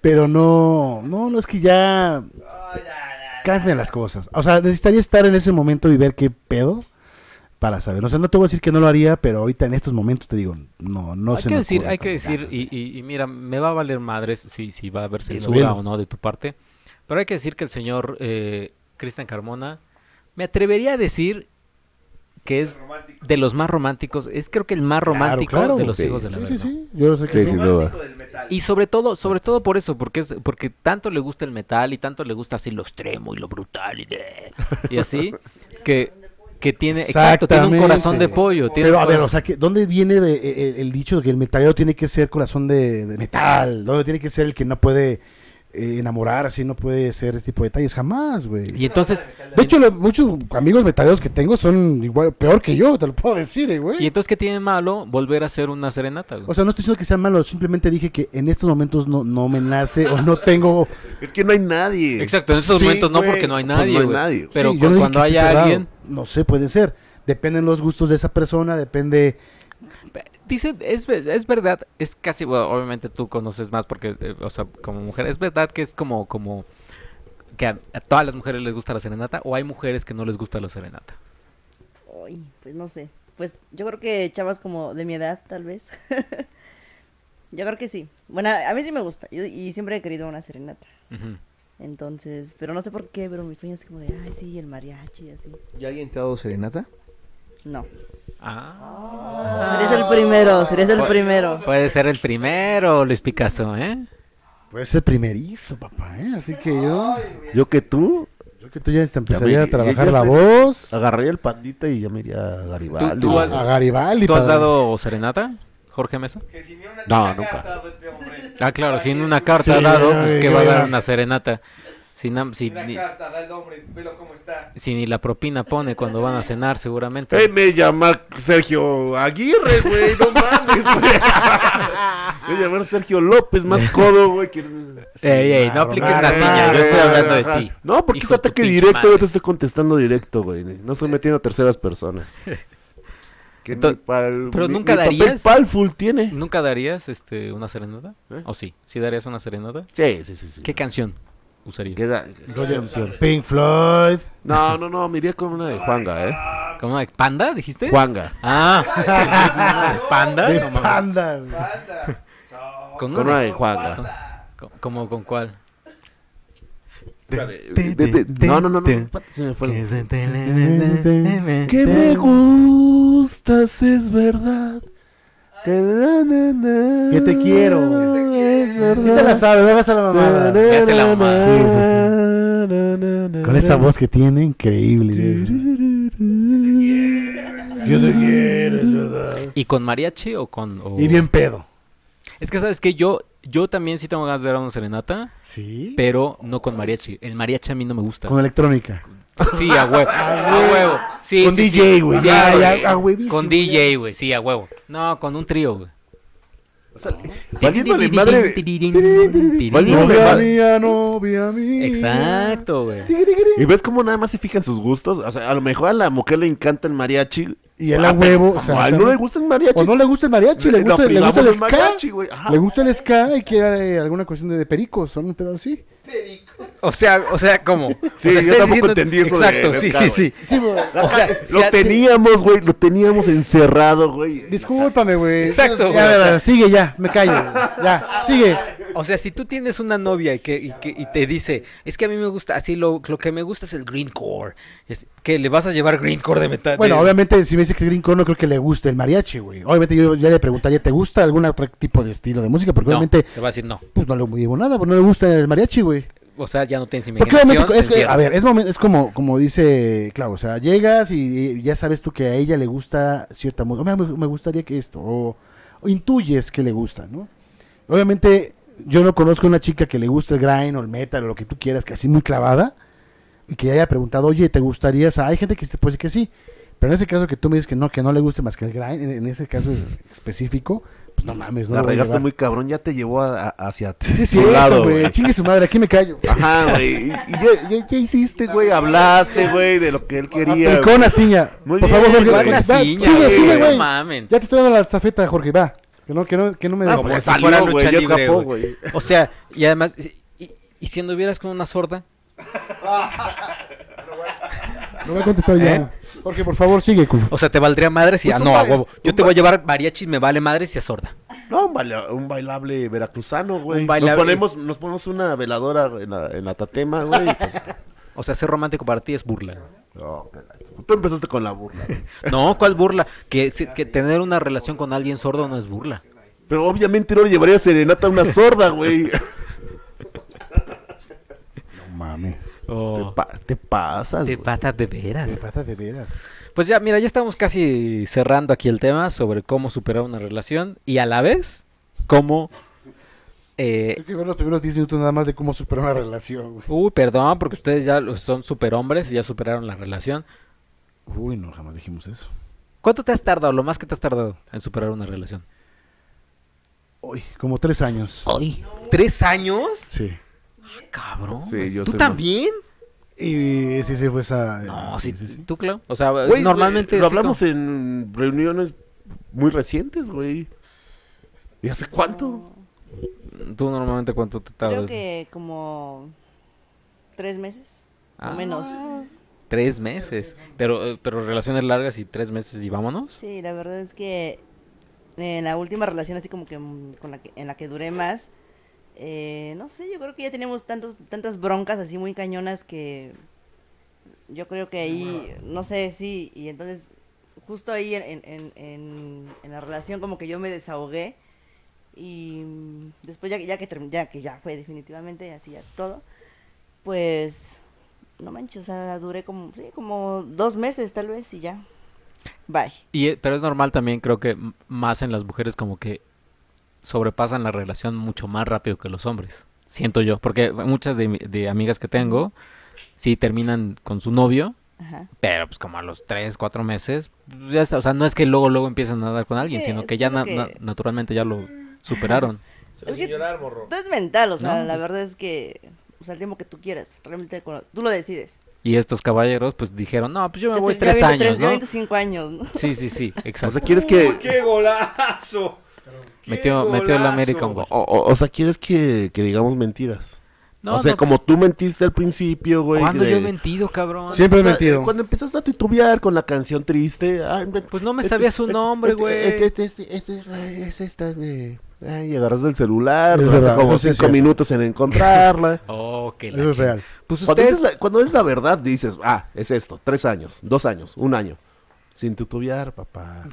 C: pero no no no es que ya cambian las cosas. O sea, necesitaría estar en ese momento y ver qué pedo para saber. O sea, no te voy a decir que no lo haría, pero ahorita en estos momentos te digo, no no
A: hay
C: se
A: que
C: me
A: decir,
C: ocurre
A: hay que
C: como
A: decir,
C: ganas de-
A: y, y- y mira, me va a valer madres si, si va a haber
C: Dilo,
A: censura
C: dilo.
A: o no de tu parte, pero hay que decir que el señor eh, Cristian Carmona, me atrevería a decir que es de los más románticos, es creo que el más
C: Claro,
A: romántico
C: claro,
A: de los
B: sí.
A: hijos de la
C: Sí,
A: verga.
C: sí, sí. Yo sé que
B: Sí,
C: sí.
B: sin duda.
A: Y sobre todo, sobre todo por eso, porque es, porque tanto le gusta el metal y tanto le gusta así lo extremo y lo brutal y de- y así que que tiene, exacto, tiene un corazón de pollo. tiene
C: Pero
A: un
C: a ver,
A: corazón-
C: o sea, que ¿dónde viene de- el, el dicho de que el metalero tiene que ser corazón de, de metal? ¿Dónde tiene que ser el que no puede eh, enamorar, así no puede ser este tipo de detalles? Jamás,
A: y
C: güey.
A: entonces,
C: De hecho, lo- muchos amigos metaleros que tengo son igual, peor que yo, te lo puedo decir, eh,
A: y
C: güey.
A: entonces, ¿qué tiene malo volver a hacer una serenata? güey?
C: O sea, no estoy diciendo que sea malo, simplemente dije que en estos momentos no, no me nace o no tengo...
B: Es que no hay nadie.
A: Exacto, en estos
B: Sí,
A: momentos no
B: güey,
A: porque no hay
B: pues
A: nadie.
B: no hay
A: güey.
B: nadie.
A: [LAUGHS] Pero
C: Sí,
A: cu-
C: yo no dije
A: cuando
C: que esté
A: haya
C: cerrado.
A: alguien,
C: No sé, puede ser. Dependen los gustos de esa persona, depende...
A: Dicen, es, ve- es verdad, es casi, bueno, obviamente tú conoces más porque, eh, o sea, como mujer, es verdad que es como, como que a, a todas las mujeres les gusta la serenata o hay mujeres que no les gusta la serenata.
E: Ay, pues no sé. Pues yo creo que chavas como de mi edad, tal vez. [LAUGHS] yo creo que sí. Bueno, a mí sí me gusta. yo- y siempre he querido una serenata.
A: Ujú.
E: Entonces, pero no sé por qué, pero mis sueños es como de, ay, sí, el mariachi, así.
F: ¿Y alguien te ha dado serenata?
E: No.
A: Ah,
E: Serías el primero, serías el
A: Bueno.
E: primero.
A: puede ser el primero, Luis Picasso, ¿eh?
C: Pues el primerizo, papá, ¿eh? Así que yo...
B: Yo que tú
C: Yo que tú ya hasta empezaría
B: Ya me-
C: a trabajar
B: ya- ya
C: la
B: sé.
C: voz.
B: agarré el pandita y ya me iría a Garibaldi.
A: Tú- tú
B: güey.
A: has-
C: A Garibaldi.
A: ¿Tú has
C: padre.
A: dado serenata, Jorge Mesa?
B: No, nunca.
D: este
A: Ah, claro, sin una carta
C: Sí,
A: dado,
C: ay,
A: pues que
C: yo
A: va a
C: ya-
A: dar una serenata. Si, nam- si ni,
D: da el nombre, velo cómo está.
A: si ni la propina pone cuando van a cenar, seguramente.
B: Eh, me llama Sergio Aguirre, güey, no mames, güey. Me llamar Sergio López, más codo, güey. que-
A: Ey, ey, no
C: Narro,
A: apliques
C: narro,
A: la ciña, yo
B: narro,
A: estoy hablando de
B: narro.
A: ti.
B: No, porque
A: hijo
B: es
A: de tu
B: ataque
A: pinche
B: directo,
A: madre.
B: yo te estoy contestando directo, güey. No estoy metiendo a terceras personas. [LAUGHS] Que
A: Ento-
B: ni pal-
A: pero
B: ni-
A: nunca
B: ni papel
A: darías.
B: Palful tiene.
A: ¿Nunca darías este, una serenata?
B: ¿Eh?
A: ¿O sí? ¿Sí darías una serenata?
B: Sí, sí, sí. sí.
A: ¿Qué canción usarías?
B: Que da-
C: Roger Wilson, Pink Floyd.
B: No, no, no, me iría con una de Juanga, ¿eh?
A: ¿Cómo una de panda, dijiste?
B: Juanga.
C: [LAUGHS]
A: Ah, ¿panda?
C: De
A: No mames.
C: panda, güey.
A: ¿Con
B: Con
A: una
B: una
A: de-
B: de Juanga.
A: co- ¿Cómo con cuál?
B: De- de- de- No, no, no, no. Se me fue. el-
C: ¿Qué?
B: Que me gustas, es verdad. Que na, na, na,
C: Que te quiero.
B: Es
C: ¿Quién te la
B: verdad.
C: sabe? No hagas a la mamada.
A: Ya se la mamá.
C: Sí, sí, sí.
B: Na, na, na,
C: Con esa
B: na.
C: voz que tiene, increíble. güey. Yo te quiero, es verdad.
A: ¿Y con mariachi o con...? o-
C: Y bien pedo.
A: Es que, ¿sabes que Yo, yo también sí tengo ganas de dar una serenata,
C: ¿Sí?
A: pero no con mariachi. El mariachi a mí no me gusta.
C: Con electrónica.
A: Sí, a huevo. a huevo. Sí,
C: Con
A: sí, sí.
C: DJ, güey.
A: Sí,
C: Ya,
A: güey.
C: ya, a huevísimo,
A: Con DJ, güey. Sí, a huevo. No, con un trío, güey.
B: Valiéndole madre. Valiéndole
C: Novia
B: madre.
C: mía, novia mía.
A: Exacto, güey.
B: Y ves cómo nada más se fijan sus gustos. O sea, a lo mejor a la mujer le encanta el mariachi.
C: Y él a
B: Ah, pero
C: huevo,
B: como
C: o sea,
B: a él no le gusta el mariachi.
C: O no le gusta el mariachi, le
B: No,
C: gusta,
B: pero
C: le
B: la
C: gusta el
B: voz
C: ska.
B: del mariachi, güey. Ajá.
C: le gusta el ska y quiere eh, alguna cuestión de, de pericos, son un pedazo así.
A: O sea, o sea, ¿cómo?
B: Sí,
A: o sea,
B: yo
A: estás
B: tampoco entendí eso de-
A: Exacto,
B: de
A: sí,
B: ska,
A: sí,
B: güey.
A: sí.
C: Sí, güey.
A: O sea,
B: Lo
A: sea-
B: teníamos, güey. Lo teníamos encerrado, güey.
C: [LAUGHS] Discúlpame, güey.
A: Exacto,
C: Ya,
A: güey.
C: ya, ya, sigue ya, me callo. güey. Ya, sigue.
A: O sea, si tú tienes una novia y que, y que- y te dice, es que a mí me gusta, así lo, lo que me gusta es el greencore. Es que le vas a llevar greencore de metal.
C: Bueno,
A: de-
C: obviamente, si me dice que es Green Core, no creo que le guste el mariachi, güey. Obviamente, yo ya le preguntaría, ¿te gusta algún otro tipo de estilo de música? Porque
A: No,
C: obviamente,
A: te va a decir no.
C: pues no le llevo nada, pues no le gusta el mariachi, güey.
A: O sea, ya no tienes
C: Porque
A: imaginación.
C: obviamente,
A: se
C: es que,
A: encierra.
C: a ver, es, momen- es como, como dice Clau, o sea, llegas y, y ya sabes tú que a ella le gusta cierta música, me, me gustaría que esto, o, o intuyes que le gusta, ¿no? Obviamente, yo no conozco una chica que le guste el grind o el metal o lo que tú quieras, que así muy clavada, y que haya preguntado, oye, ¿te gustaría? O sea, hay gente que te puede decir que sí, pero en ese caso que tú me dices que no, que no le guste más que el grind, en, en ese caso específico, pues no mames, no
B: La
C: lo voy a
B: regaste
C: llevar.
B: muy cabrón. Ya te llevó a- a- hacia
C: Sí, sí,
B: tu lado,
C: güey, chingue su madre, aquí me callo.
B: Ajá, güey. Y y ya, ya- ya hiciste, güey. Hablaste, güey, de lo que él quería.
C: Aplicó una ciña.
B: Muy
C: Por
B: bien,
C: favor, Jorge.
B: güey.
C: va,
A: Una ciña,
C: sigue,
B: güey,
C: sigue,
B: no
C: güey.
A: mamen.
C: Ya te estoy dando la estafeta, Jorge, va. Que no, que no, que no me
B: Ah,
C: des-
B: pues
A: Como si
B: salió,
A: fuera
B: güey,
A: lucha
B: ya
A: libre,
B: escapó,
A: güey.
B: güey.
A: O sea, y además, y, y- y si anduvieras con una sorda,
C: No voy a contestar
A: ¿Eh?
C: ya. Jorge, por favor, sigue. cu-
A: o sea, te valdría madres y
B: Pues
A: ah,
B: un
A: no, a
B: baile-
A: huevo. Yo
B: un
A: te
B: ba-
A: voy a llevar mariachi, me vale madres y a sorda.
B: No, un, baila- un bailable veracruzano, güey.
A: Un bailable-
B: Nos ponemos, nos ponemos una veladora en la, en la tatema, güey. y pues-
A: O sea, ser romántico para ti es burla.
B: No, caray. Tú empezaste con la burla. güey.
A: No, ¿cuál burla? Que, se- que tener una relación con alguien sordo no es burla.
B: Pero obviamente no le llevaría serenata a una sorda, güey.
C: No mames.
B: Te, pa- te pasas,
A: Te
B: güey.
A: Oh. patas de veras.
C: Me pasa de veras.
A: Pues ya, mira, ya estamos casi cerrando aquí el tema sobre cómo superar una relación y a la vez cómo... eh,
C: Tengo que ver los primeros 10 minutos nada más de cómo superar una relación, güey.
A: uy, perdón, porque ustedes ya lo- son superhombres y ya superaron la relación.
C: Uy, no, jamás dijimos eso.
A: ¿Cuánto te has tardado, lo más que te has tardado en superar una relación?
C: Uy, como 3 años.
A: Ay, ¿Tres años?
C: Sí.
A: Cabrón.
B: Sí, yo
A: ¿Tú
B: sé más.
A: también?
C: Y sí, sí, fue esa... eh,
A: No,
C: sí,
A: sí,
C: sí, sí.
A: ¿Tú, Clau? O sea,
B: Güey,
A: normalmente...
B: güey, Lo
A: así como-
B: hablamos en reuniones muy recientes, güey. ¿Y hace cuánto?
A: ¿Tú normalmente cuánto te tardas?
E: Creo que como tres meses
A: Ah,
E: o menos.
A: Tres meses. Pero, eh, pero relaciones largas y tres meses y vámonos.
E: Sí, la verdad es que en la última relación así como que mm, con la que, en la que duré más, eh, no sé, yo creo que ya tenemos tantos, tantas broncas así muy cañonas que yo creo que ahí, no sé, sí, y entonces justo ahí en, en- en- en- en la relación como que yo me desahogué y mm, después ya, que- ya que term- ya que ya fue definitivamente así ya todo, pues no manches, o sea, duré como, sí, como dos meses tal vez y ya. Bye.
A: Y, eh, pero es normal también, creo que m- más en las mujeres como que sobrepasan la relación mucho más rápido que los hombres. Siento yo, porque muchas de, mi- de amigas que tengo sí terminan con su novio,
E: Ajá.
A: pero pues como a los tres, cuatro meses, ya está, o sea, no es que luego luego empiezan a dar con alguien,
E: que
A: sino que
E: es
A: ya
E: lo
A: na-
E: que-
A: na- naturalmente ya lo superaron.
E: Es que
D: morro.
E: Todo es mental, o sea,
A: No. pues.
E: la verdad es que, o sea, el tiempo que tú quieras, realmente con- tú lo decides.
A: Y estos caballeros pues dijeron, no, pues yo me
E: Ya
A: voy
E: te- ya
A: tres
E: viendo
A: años,
E: tres- ya
A: ¿no?
E: viendo cinco años, ¿no?
A: Sí, sí, sí,
B: O sea,
A: exacto.
B: ¿quieres que,
D: ¡Qué golazo!
A: Metió, metió el América un gol.
B: o, o- o sea, ¿quieres que, que digamos mentiras?
A: No,
B: o sea,
A: no,
B: como tú mentiste al principio, güey.
A: ¿Cuándo
B: de-
A: yo he mentido, cabrón?
C: Siempre he
B: O sea,
C: mentido.
B: Cuando empezaste a titubear con la canción triste, ay, me-
A: Pues no me sabía su nombre,
B: Este- este-
A: güey.
B: este- este- este- es esta, güey. Ay, agarras del celular,
C: Es
B: duraste
C: verdad,
B: como
C: eso sí es
B: cinco
C: cierto.
B: minutos
A: [LAUGHS]
B: en encontrarla.
A: Oh, que la
C: Eso es
A: chingada.
C: real.
A: Pues
B: cuando,
A: ustedes...
B: dices la, cuando es la verdad, dices, ah, es esto, tres años, dos años, un año. Sin titubear,
A: [LAUGHS]
B: papá.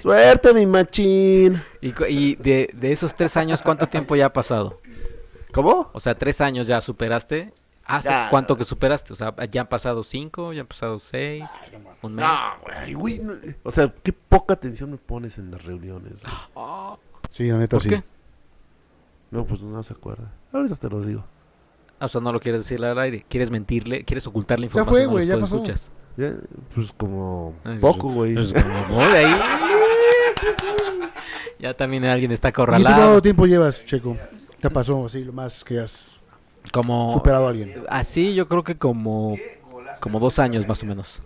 B: Suerte, mi machín.
A: Y, cu- y de, de esos tres años, ¿cuánto tiempo ya ha pasado?
B: ¿Cómo?
A: O sea, tres años ya superaste. ¿Hace
B: Ya.
A: cuánto que superaste? O sea, ya han pasado cinco, ya han pasado seis, un mes.
B: Ay, güey, no- O sea, qué poca atención me pones en las reuniones.
A: [GASPS]
B: güey.
C: Sí, la neta,
A: ¿Por
C: sí.
A: qué?
B: No, pues no se acuerda. Ahorita te lo digo.
A: Ah, O sea, no lo quieres decir al aire. ¿Quieres mentirle? ¿Quieres ocultar la
C: fue,
A: información? no
C: güey, ya
A: los
C: pasó.
A: escuchas. Pues,
B: Ya, pues como poco, güey.
A: ya también alguien está
C: ¿Y tú cuánto
A: acorralado.
C: tiempo llevas, Checo? ¿Te pasó así lo más que has
A: Como...
C: superado a alguien?
A: Así yo creo que como... Como dos años más o menos.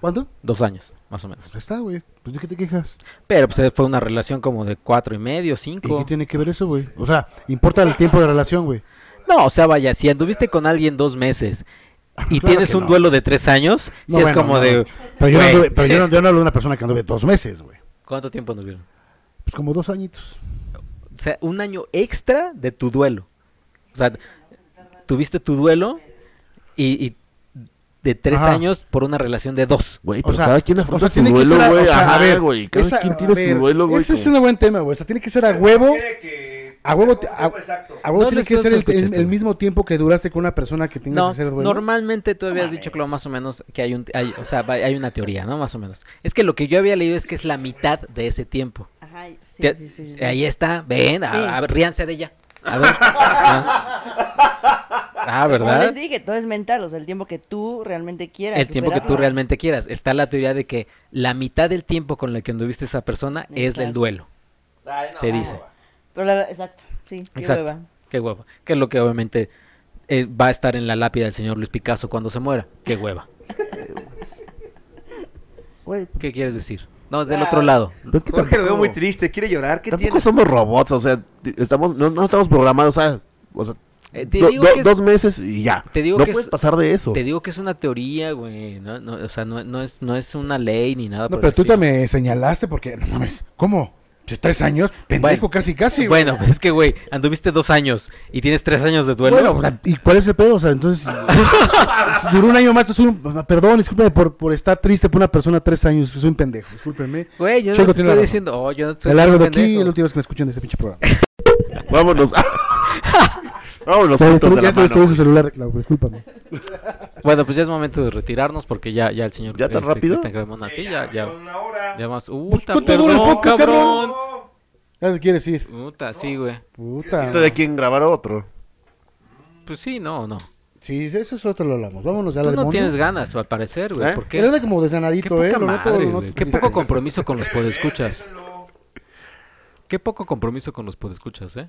C: ¿Cuánto?
A: Dos años, más o menos.
C: Pues está, güey. Pues de qué te quejas.
A: Pero pues eh, fue una relación como de cuatro y medio,
C: ¿Y
A: cinco.
C: qué tiene que ver eso, güey? O sea, importa el tiempo de relación, güey.
A: No, o sea, vaya, si anduviste con alguien dos meses y
C: Ah, Claro
A: tienes
C: que
A: un
C: no.
A: duelo de tres años, si
C: No,
A: es
C: bueno,
A: como
C: no,
A: de...
C: no. Pero, yo no,
A: güey,
C: anduve- pero yo, no, yo no hablo de una persona que anduve dos meses, güey.
A: ¿Cuánto tiempo anduvieron?
C: Pues como dos añitos.
A: O sea, un año extra de tu duelo. O sea, tuviste tu duelo y, y de tres
C: Ajá.
A: años por una relación de dos.
B: Güey,
C: O
B: pero
C: sea,
B: cada quien
C: o
B: afronta
C: sea,
B: su
C: tiene que
B: duelo,
C: ser a-
B: güey.
C: o sea, a
B: Ajá,
C: ver,
B: güey. Cada
C: esa-
B: quien
C: a
B: tiene
C: ver,
B: su duelo, güey.
C: Ese es
B: como-
C: un buen tema, güey. O sea, tiene que ser a huevo. A huevo, te- a, a huevo
A: No,
C: tiene
A: no
C: que
A: sé,
C: ser
A: no
C: el, el-
A: escuchaste,
C: el
A: güey.
C: mismo tiempo que duraste con una persona que tengas que
A: No,
C: hacer duelo.
A: normalmente tú habías dicho, Clau, más o menos que hay un, hay- o sea, va- hay una teoría, ¿no? Más o menos. Es que lo que yo había leído es que es la mitad de ese tiempo.
E: Ajá, sí,
A: Te-
E: sí, sí, sí.
A: Ahí está, ven, a,
E: Sí.
A: a ver, ríanse de ella. A
E: [LAUGHS]
A: ver. Ah. Ah,
E: Como
A: ¿verdad?
E: les dije, todo es mental, o sea, el tiempo que tú realmente quieras.
A: El tiempo que tú
E: superarlo.
A: realmente quieras. Está la teoría de que la mitad del tiempo con la que anduviste esa persona es el
E: Exacto.
A: duelo. se dice.
E: Pero la- exacto, sí, qué
A: Exacto.
E: hueva.
A: Qué hueva. Que es lo que obviamente eh, va a estar en la lápida del señor Luis Picasso cuando se muera. Qué
E: [LAUGHS]
A: hueva.
B: Güey,
A: ¿Qué quieres decir? No, del otro lado.
B: pero es que
D: Jorge lo veo
B: tampoco-
D: muy triste, quiere llorar, ¿qué
B: Tampoco
D: tiene?
B: somos robots, o sea, t- estamos, no, no estamos programados, o sea, o sea,
A: Eh, te
B: do-
A: digo
B: do-
A: que es-
B: dos meses y ya.
A: te digo
B: no
A: que es-
B: puedes pasar de eso.
A: Te digo que es una teoría, güey. No, no, o sea, no, no es, no es una ley ni nada.
C: No,
A: por
C: pero
A: el
C: tú
A: estilo.
C: también señalaste porque, no mames, ¿cómo? Si ¿Tres años? Pendejo,
A: Bueno.
C: casi, casi. güey.
A: Bueno, pues es que, güey, anduviste dos años y tienes tres años de duelo.
C: Bueno, la- ¿y cuál es el pedo? O sea, entonces, [LAUGHS] duró un año más, entonces, un- perdón, discúlpeme por, por estar triste por una persona tres años, soy un pendejo, discúlpenme.
A: Güey, yo no
C: Checo
A: te estoy
C: tiene la razón.
A: diciendo. Oh, yo no te estoy
C: Me largo de
A: diciendo
C: aquí y
A: pendejo. [LAUGHS]
C: la última vez que me escuchan de este pinche programa.
B: [LAUGHS] Vámonos. Oh, los
C: Se
B: puntos
C: destruyó-
B: de la
C: ya se
B: mano.
A: Ah.
C: destruyó su celular, Clau, discúlpame.
A: Bueno, pues ya es momento de retirarnos porque ya, ya el señor este,
B: ¿Ya tan rápido?
A: Cristian Cremona, sí, ya, ya,
D: Una hora.
A: ya más. Uh,
C: Pues,
A: ta-
C: ¿cuánto dura el
A: perdón,
C: podcast,
A: cabrón.
C: Ya te quieres ir.
A: Puta, sí, güey.
C: Puta.
B: Esto de quién grabar otro.
A: Pues sí, no, no.
C: Sí, eso es otro lo hablamos. Vámonos ya
A: Tú
C: al
A: no
C: demonio.
A: tienes ganas, al parecer, güey.
B: ¿Eh?
A: ¿Por
C: Él
A: qué?
C: anda como
A: Qué
C: desanadito,
A: poca
C: ¿eh? Lo noto-
A: madre,
C: lo noto
A: güey. Qué
C: triste.
A: poco compromiso con los podescuchas. Qué poco compromiso con los podescuchas, ¿eh?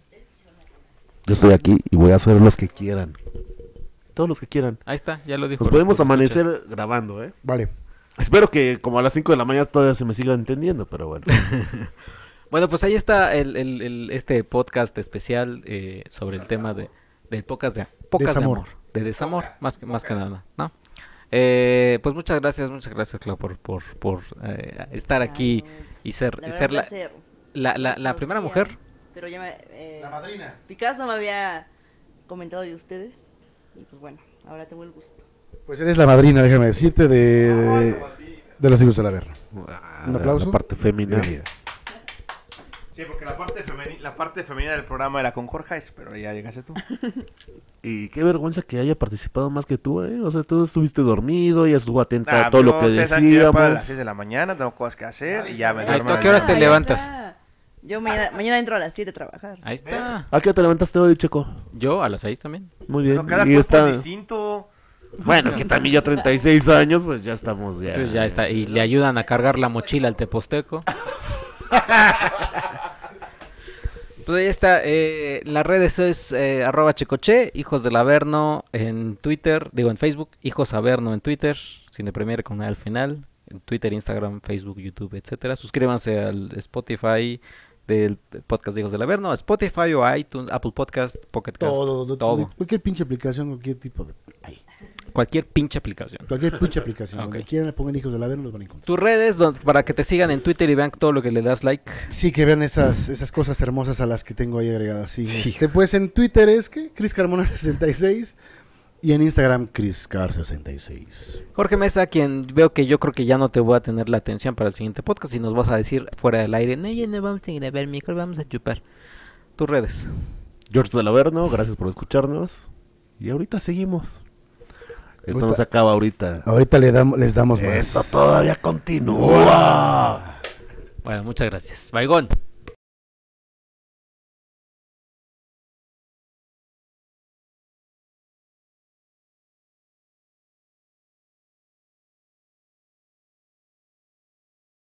B: Yo estoy aquí y voy a hacer los que quieran. Todos los que quieran.
A: Ahí está, ya lo dijo.
B: Nos
A: el
B: podemos
A: podescuchas.
B: amanecer grabando, ¿eh?
C: Vale.
B: Espero que como a las 5 de la mañana todavía se me siga entendiendo, pero
C: [LAUGHS]
B: bueno.
A: Bueno, pues ahí está el, el- el- este podcast especial eh, sobre el tema de, del podcast de, podcast de
C: Desamor.
A: amor. De desamor, más que, más que nada, ¿no? Eh, pues muchas gracias, muchas gracias, Clau, por, por, por eh, estar aquí y ser,
E: La
A: y
E: verdad,
A: ser la,
E: placer.
A: la, la- la
E: Los
A: primera
E: conocía,
A: mujer.
E: Pero ya me. eh,
C: madrina.
E: Picasso me había comentado de ustedes. Y pues bueno, ahora tengo el gusto.
C: Pues eres la madrina, déjame decirte, de, de, de los hijos de la verna.
B: Un
C: aplauso.
B: La parte femenina.
C: Bienvenida.
D: Sí, porque la parte, femeni- la parte femenina del programa era con Jorge, pero ya llegaste tú.
B: Y qué vergüenza que haya participado más que tú, ¿eh? O sea, tú estuviste dormido, ella estuvo atenta
D: Ah,
B: a todo
D: yo,
B: lo que
D: César, yo ya para las
B: decíamos.
D: 6 de la mañana, tengo cosas que hacer y ya me
A: Ay,
D: duermo.
A: ¿tú a
D: en
A: qué
D: la
A: horas te
E: Ah,
D: mañana.
E: ya
A: levantas?
E: está. Yo mañana, mañana entro a las 7 a trabajar.
A: Ahí está.
B: ¿A qué hora te levantaste hoy, Checo?
A: Yo a las seis también.
B: Muy bien.
D: Pero cada
B: y
D: cuerpo
B: está...
D: es distinto.
B: Bueno, es que también ya 36 años, pues ya estamos ya.
A: Entonces ya está. Y le ayudan a cargar la mochila al teposteco. [LAUGHS] Pues ahí está, eh, las redes es eh, arroba checoche, hijos del Averno en Twitter, digo en Facebook, hijos Averno en Twitter, sin premier con A al final, en Twitter, Instagram, Facebook, YouTube, etcétera. Suscríbanse al Spotify del podcast de Hijos del Averno, a Spotify o a iTunes, Apple Podcast, Pocket Cast,
C: Todo, todo,
A: todo.
C: Cualquier pinche aplicación, cualquier tipo de. Ay,
A: cualquier pinche aplicación.
C: cualquier pinche aplicación.
A: Ok.
C: Donde quieran, le pongan hijos de la verna, los van a encontrar.
A: Tus redes don- para que te sigan en Twitter y vean todo lo que le das like.
C: Sí, que vean esas, esas cosas hermosas a las que tengo ahí agregadas. Sí, este, pues en Twitter es que Chris Carmona66 y en Instagram ChrisCar66.
A: Jorge Mesa, quien veo que yo creo que ya no te voy a tener la atención para el siguiente podcast y nos vas a decir fuera del aire, no, ya no vamos a grabar, mejor vamos a chupar. Tus redes.
B: George del Averno, gracias por escucharnos. Y ahorita seguimos. Esto no
C: Ahorita-
B: se acaba ahorita.
C: Ahorita le damos, les damos más.
B: Esto todavía continúa.
A: Bueno, muchas gracias. Baigón.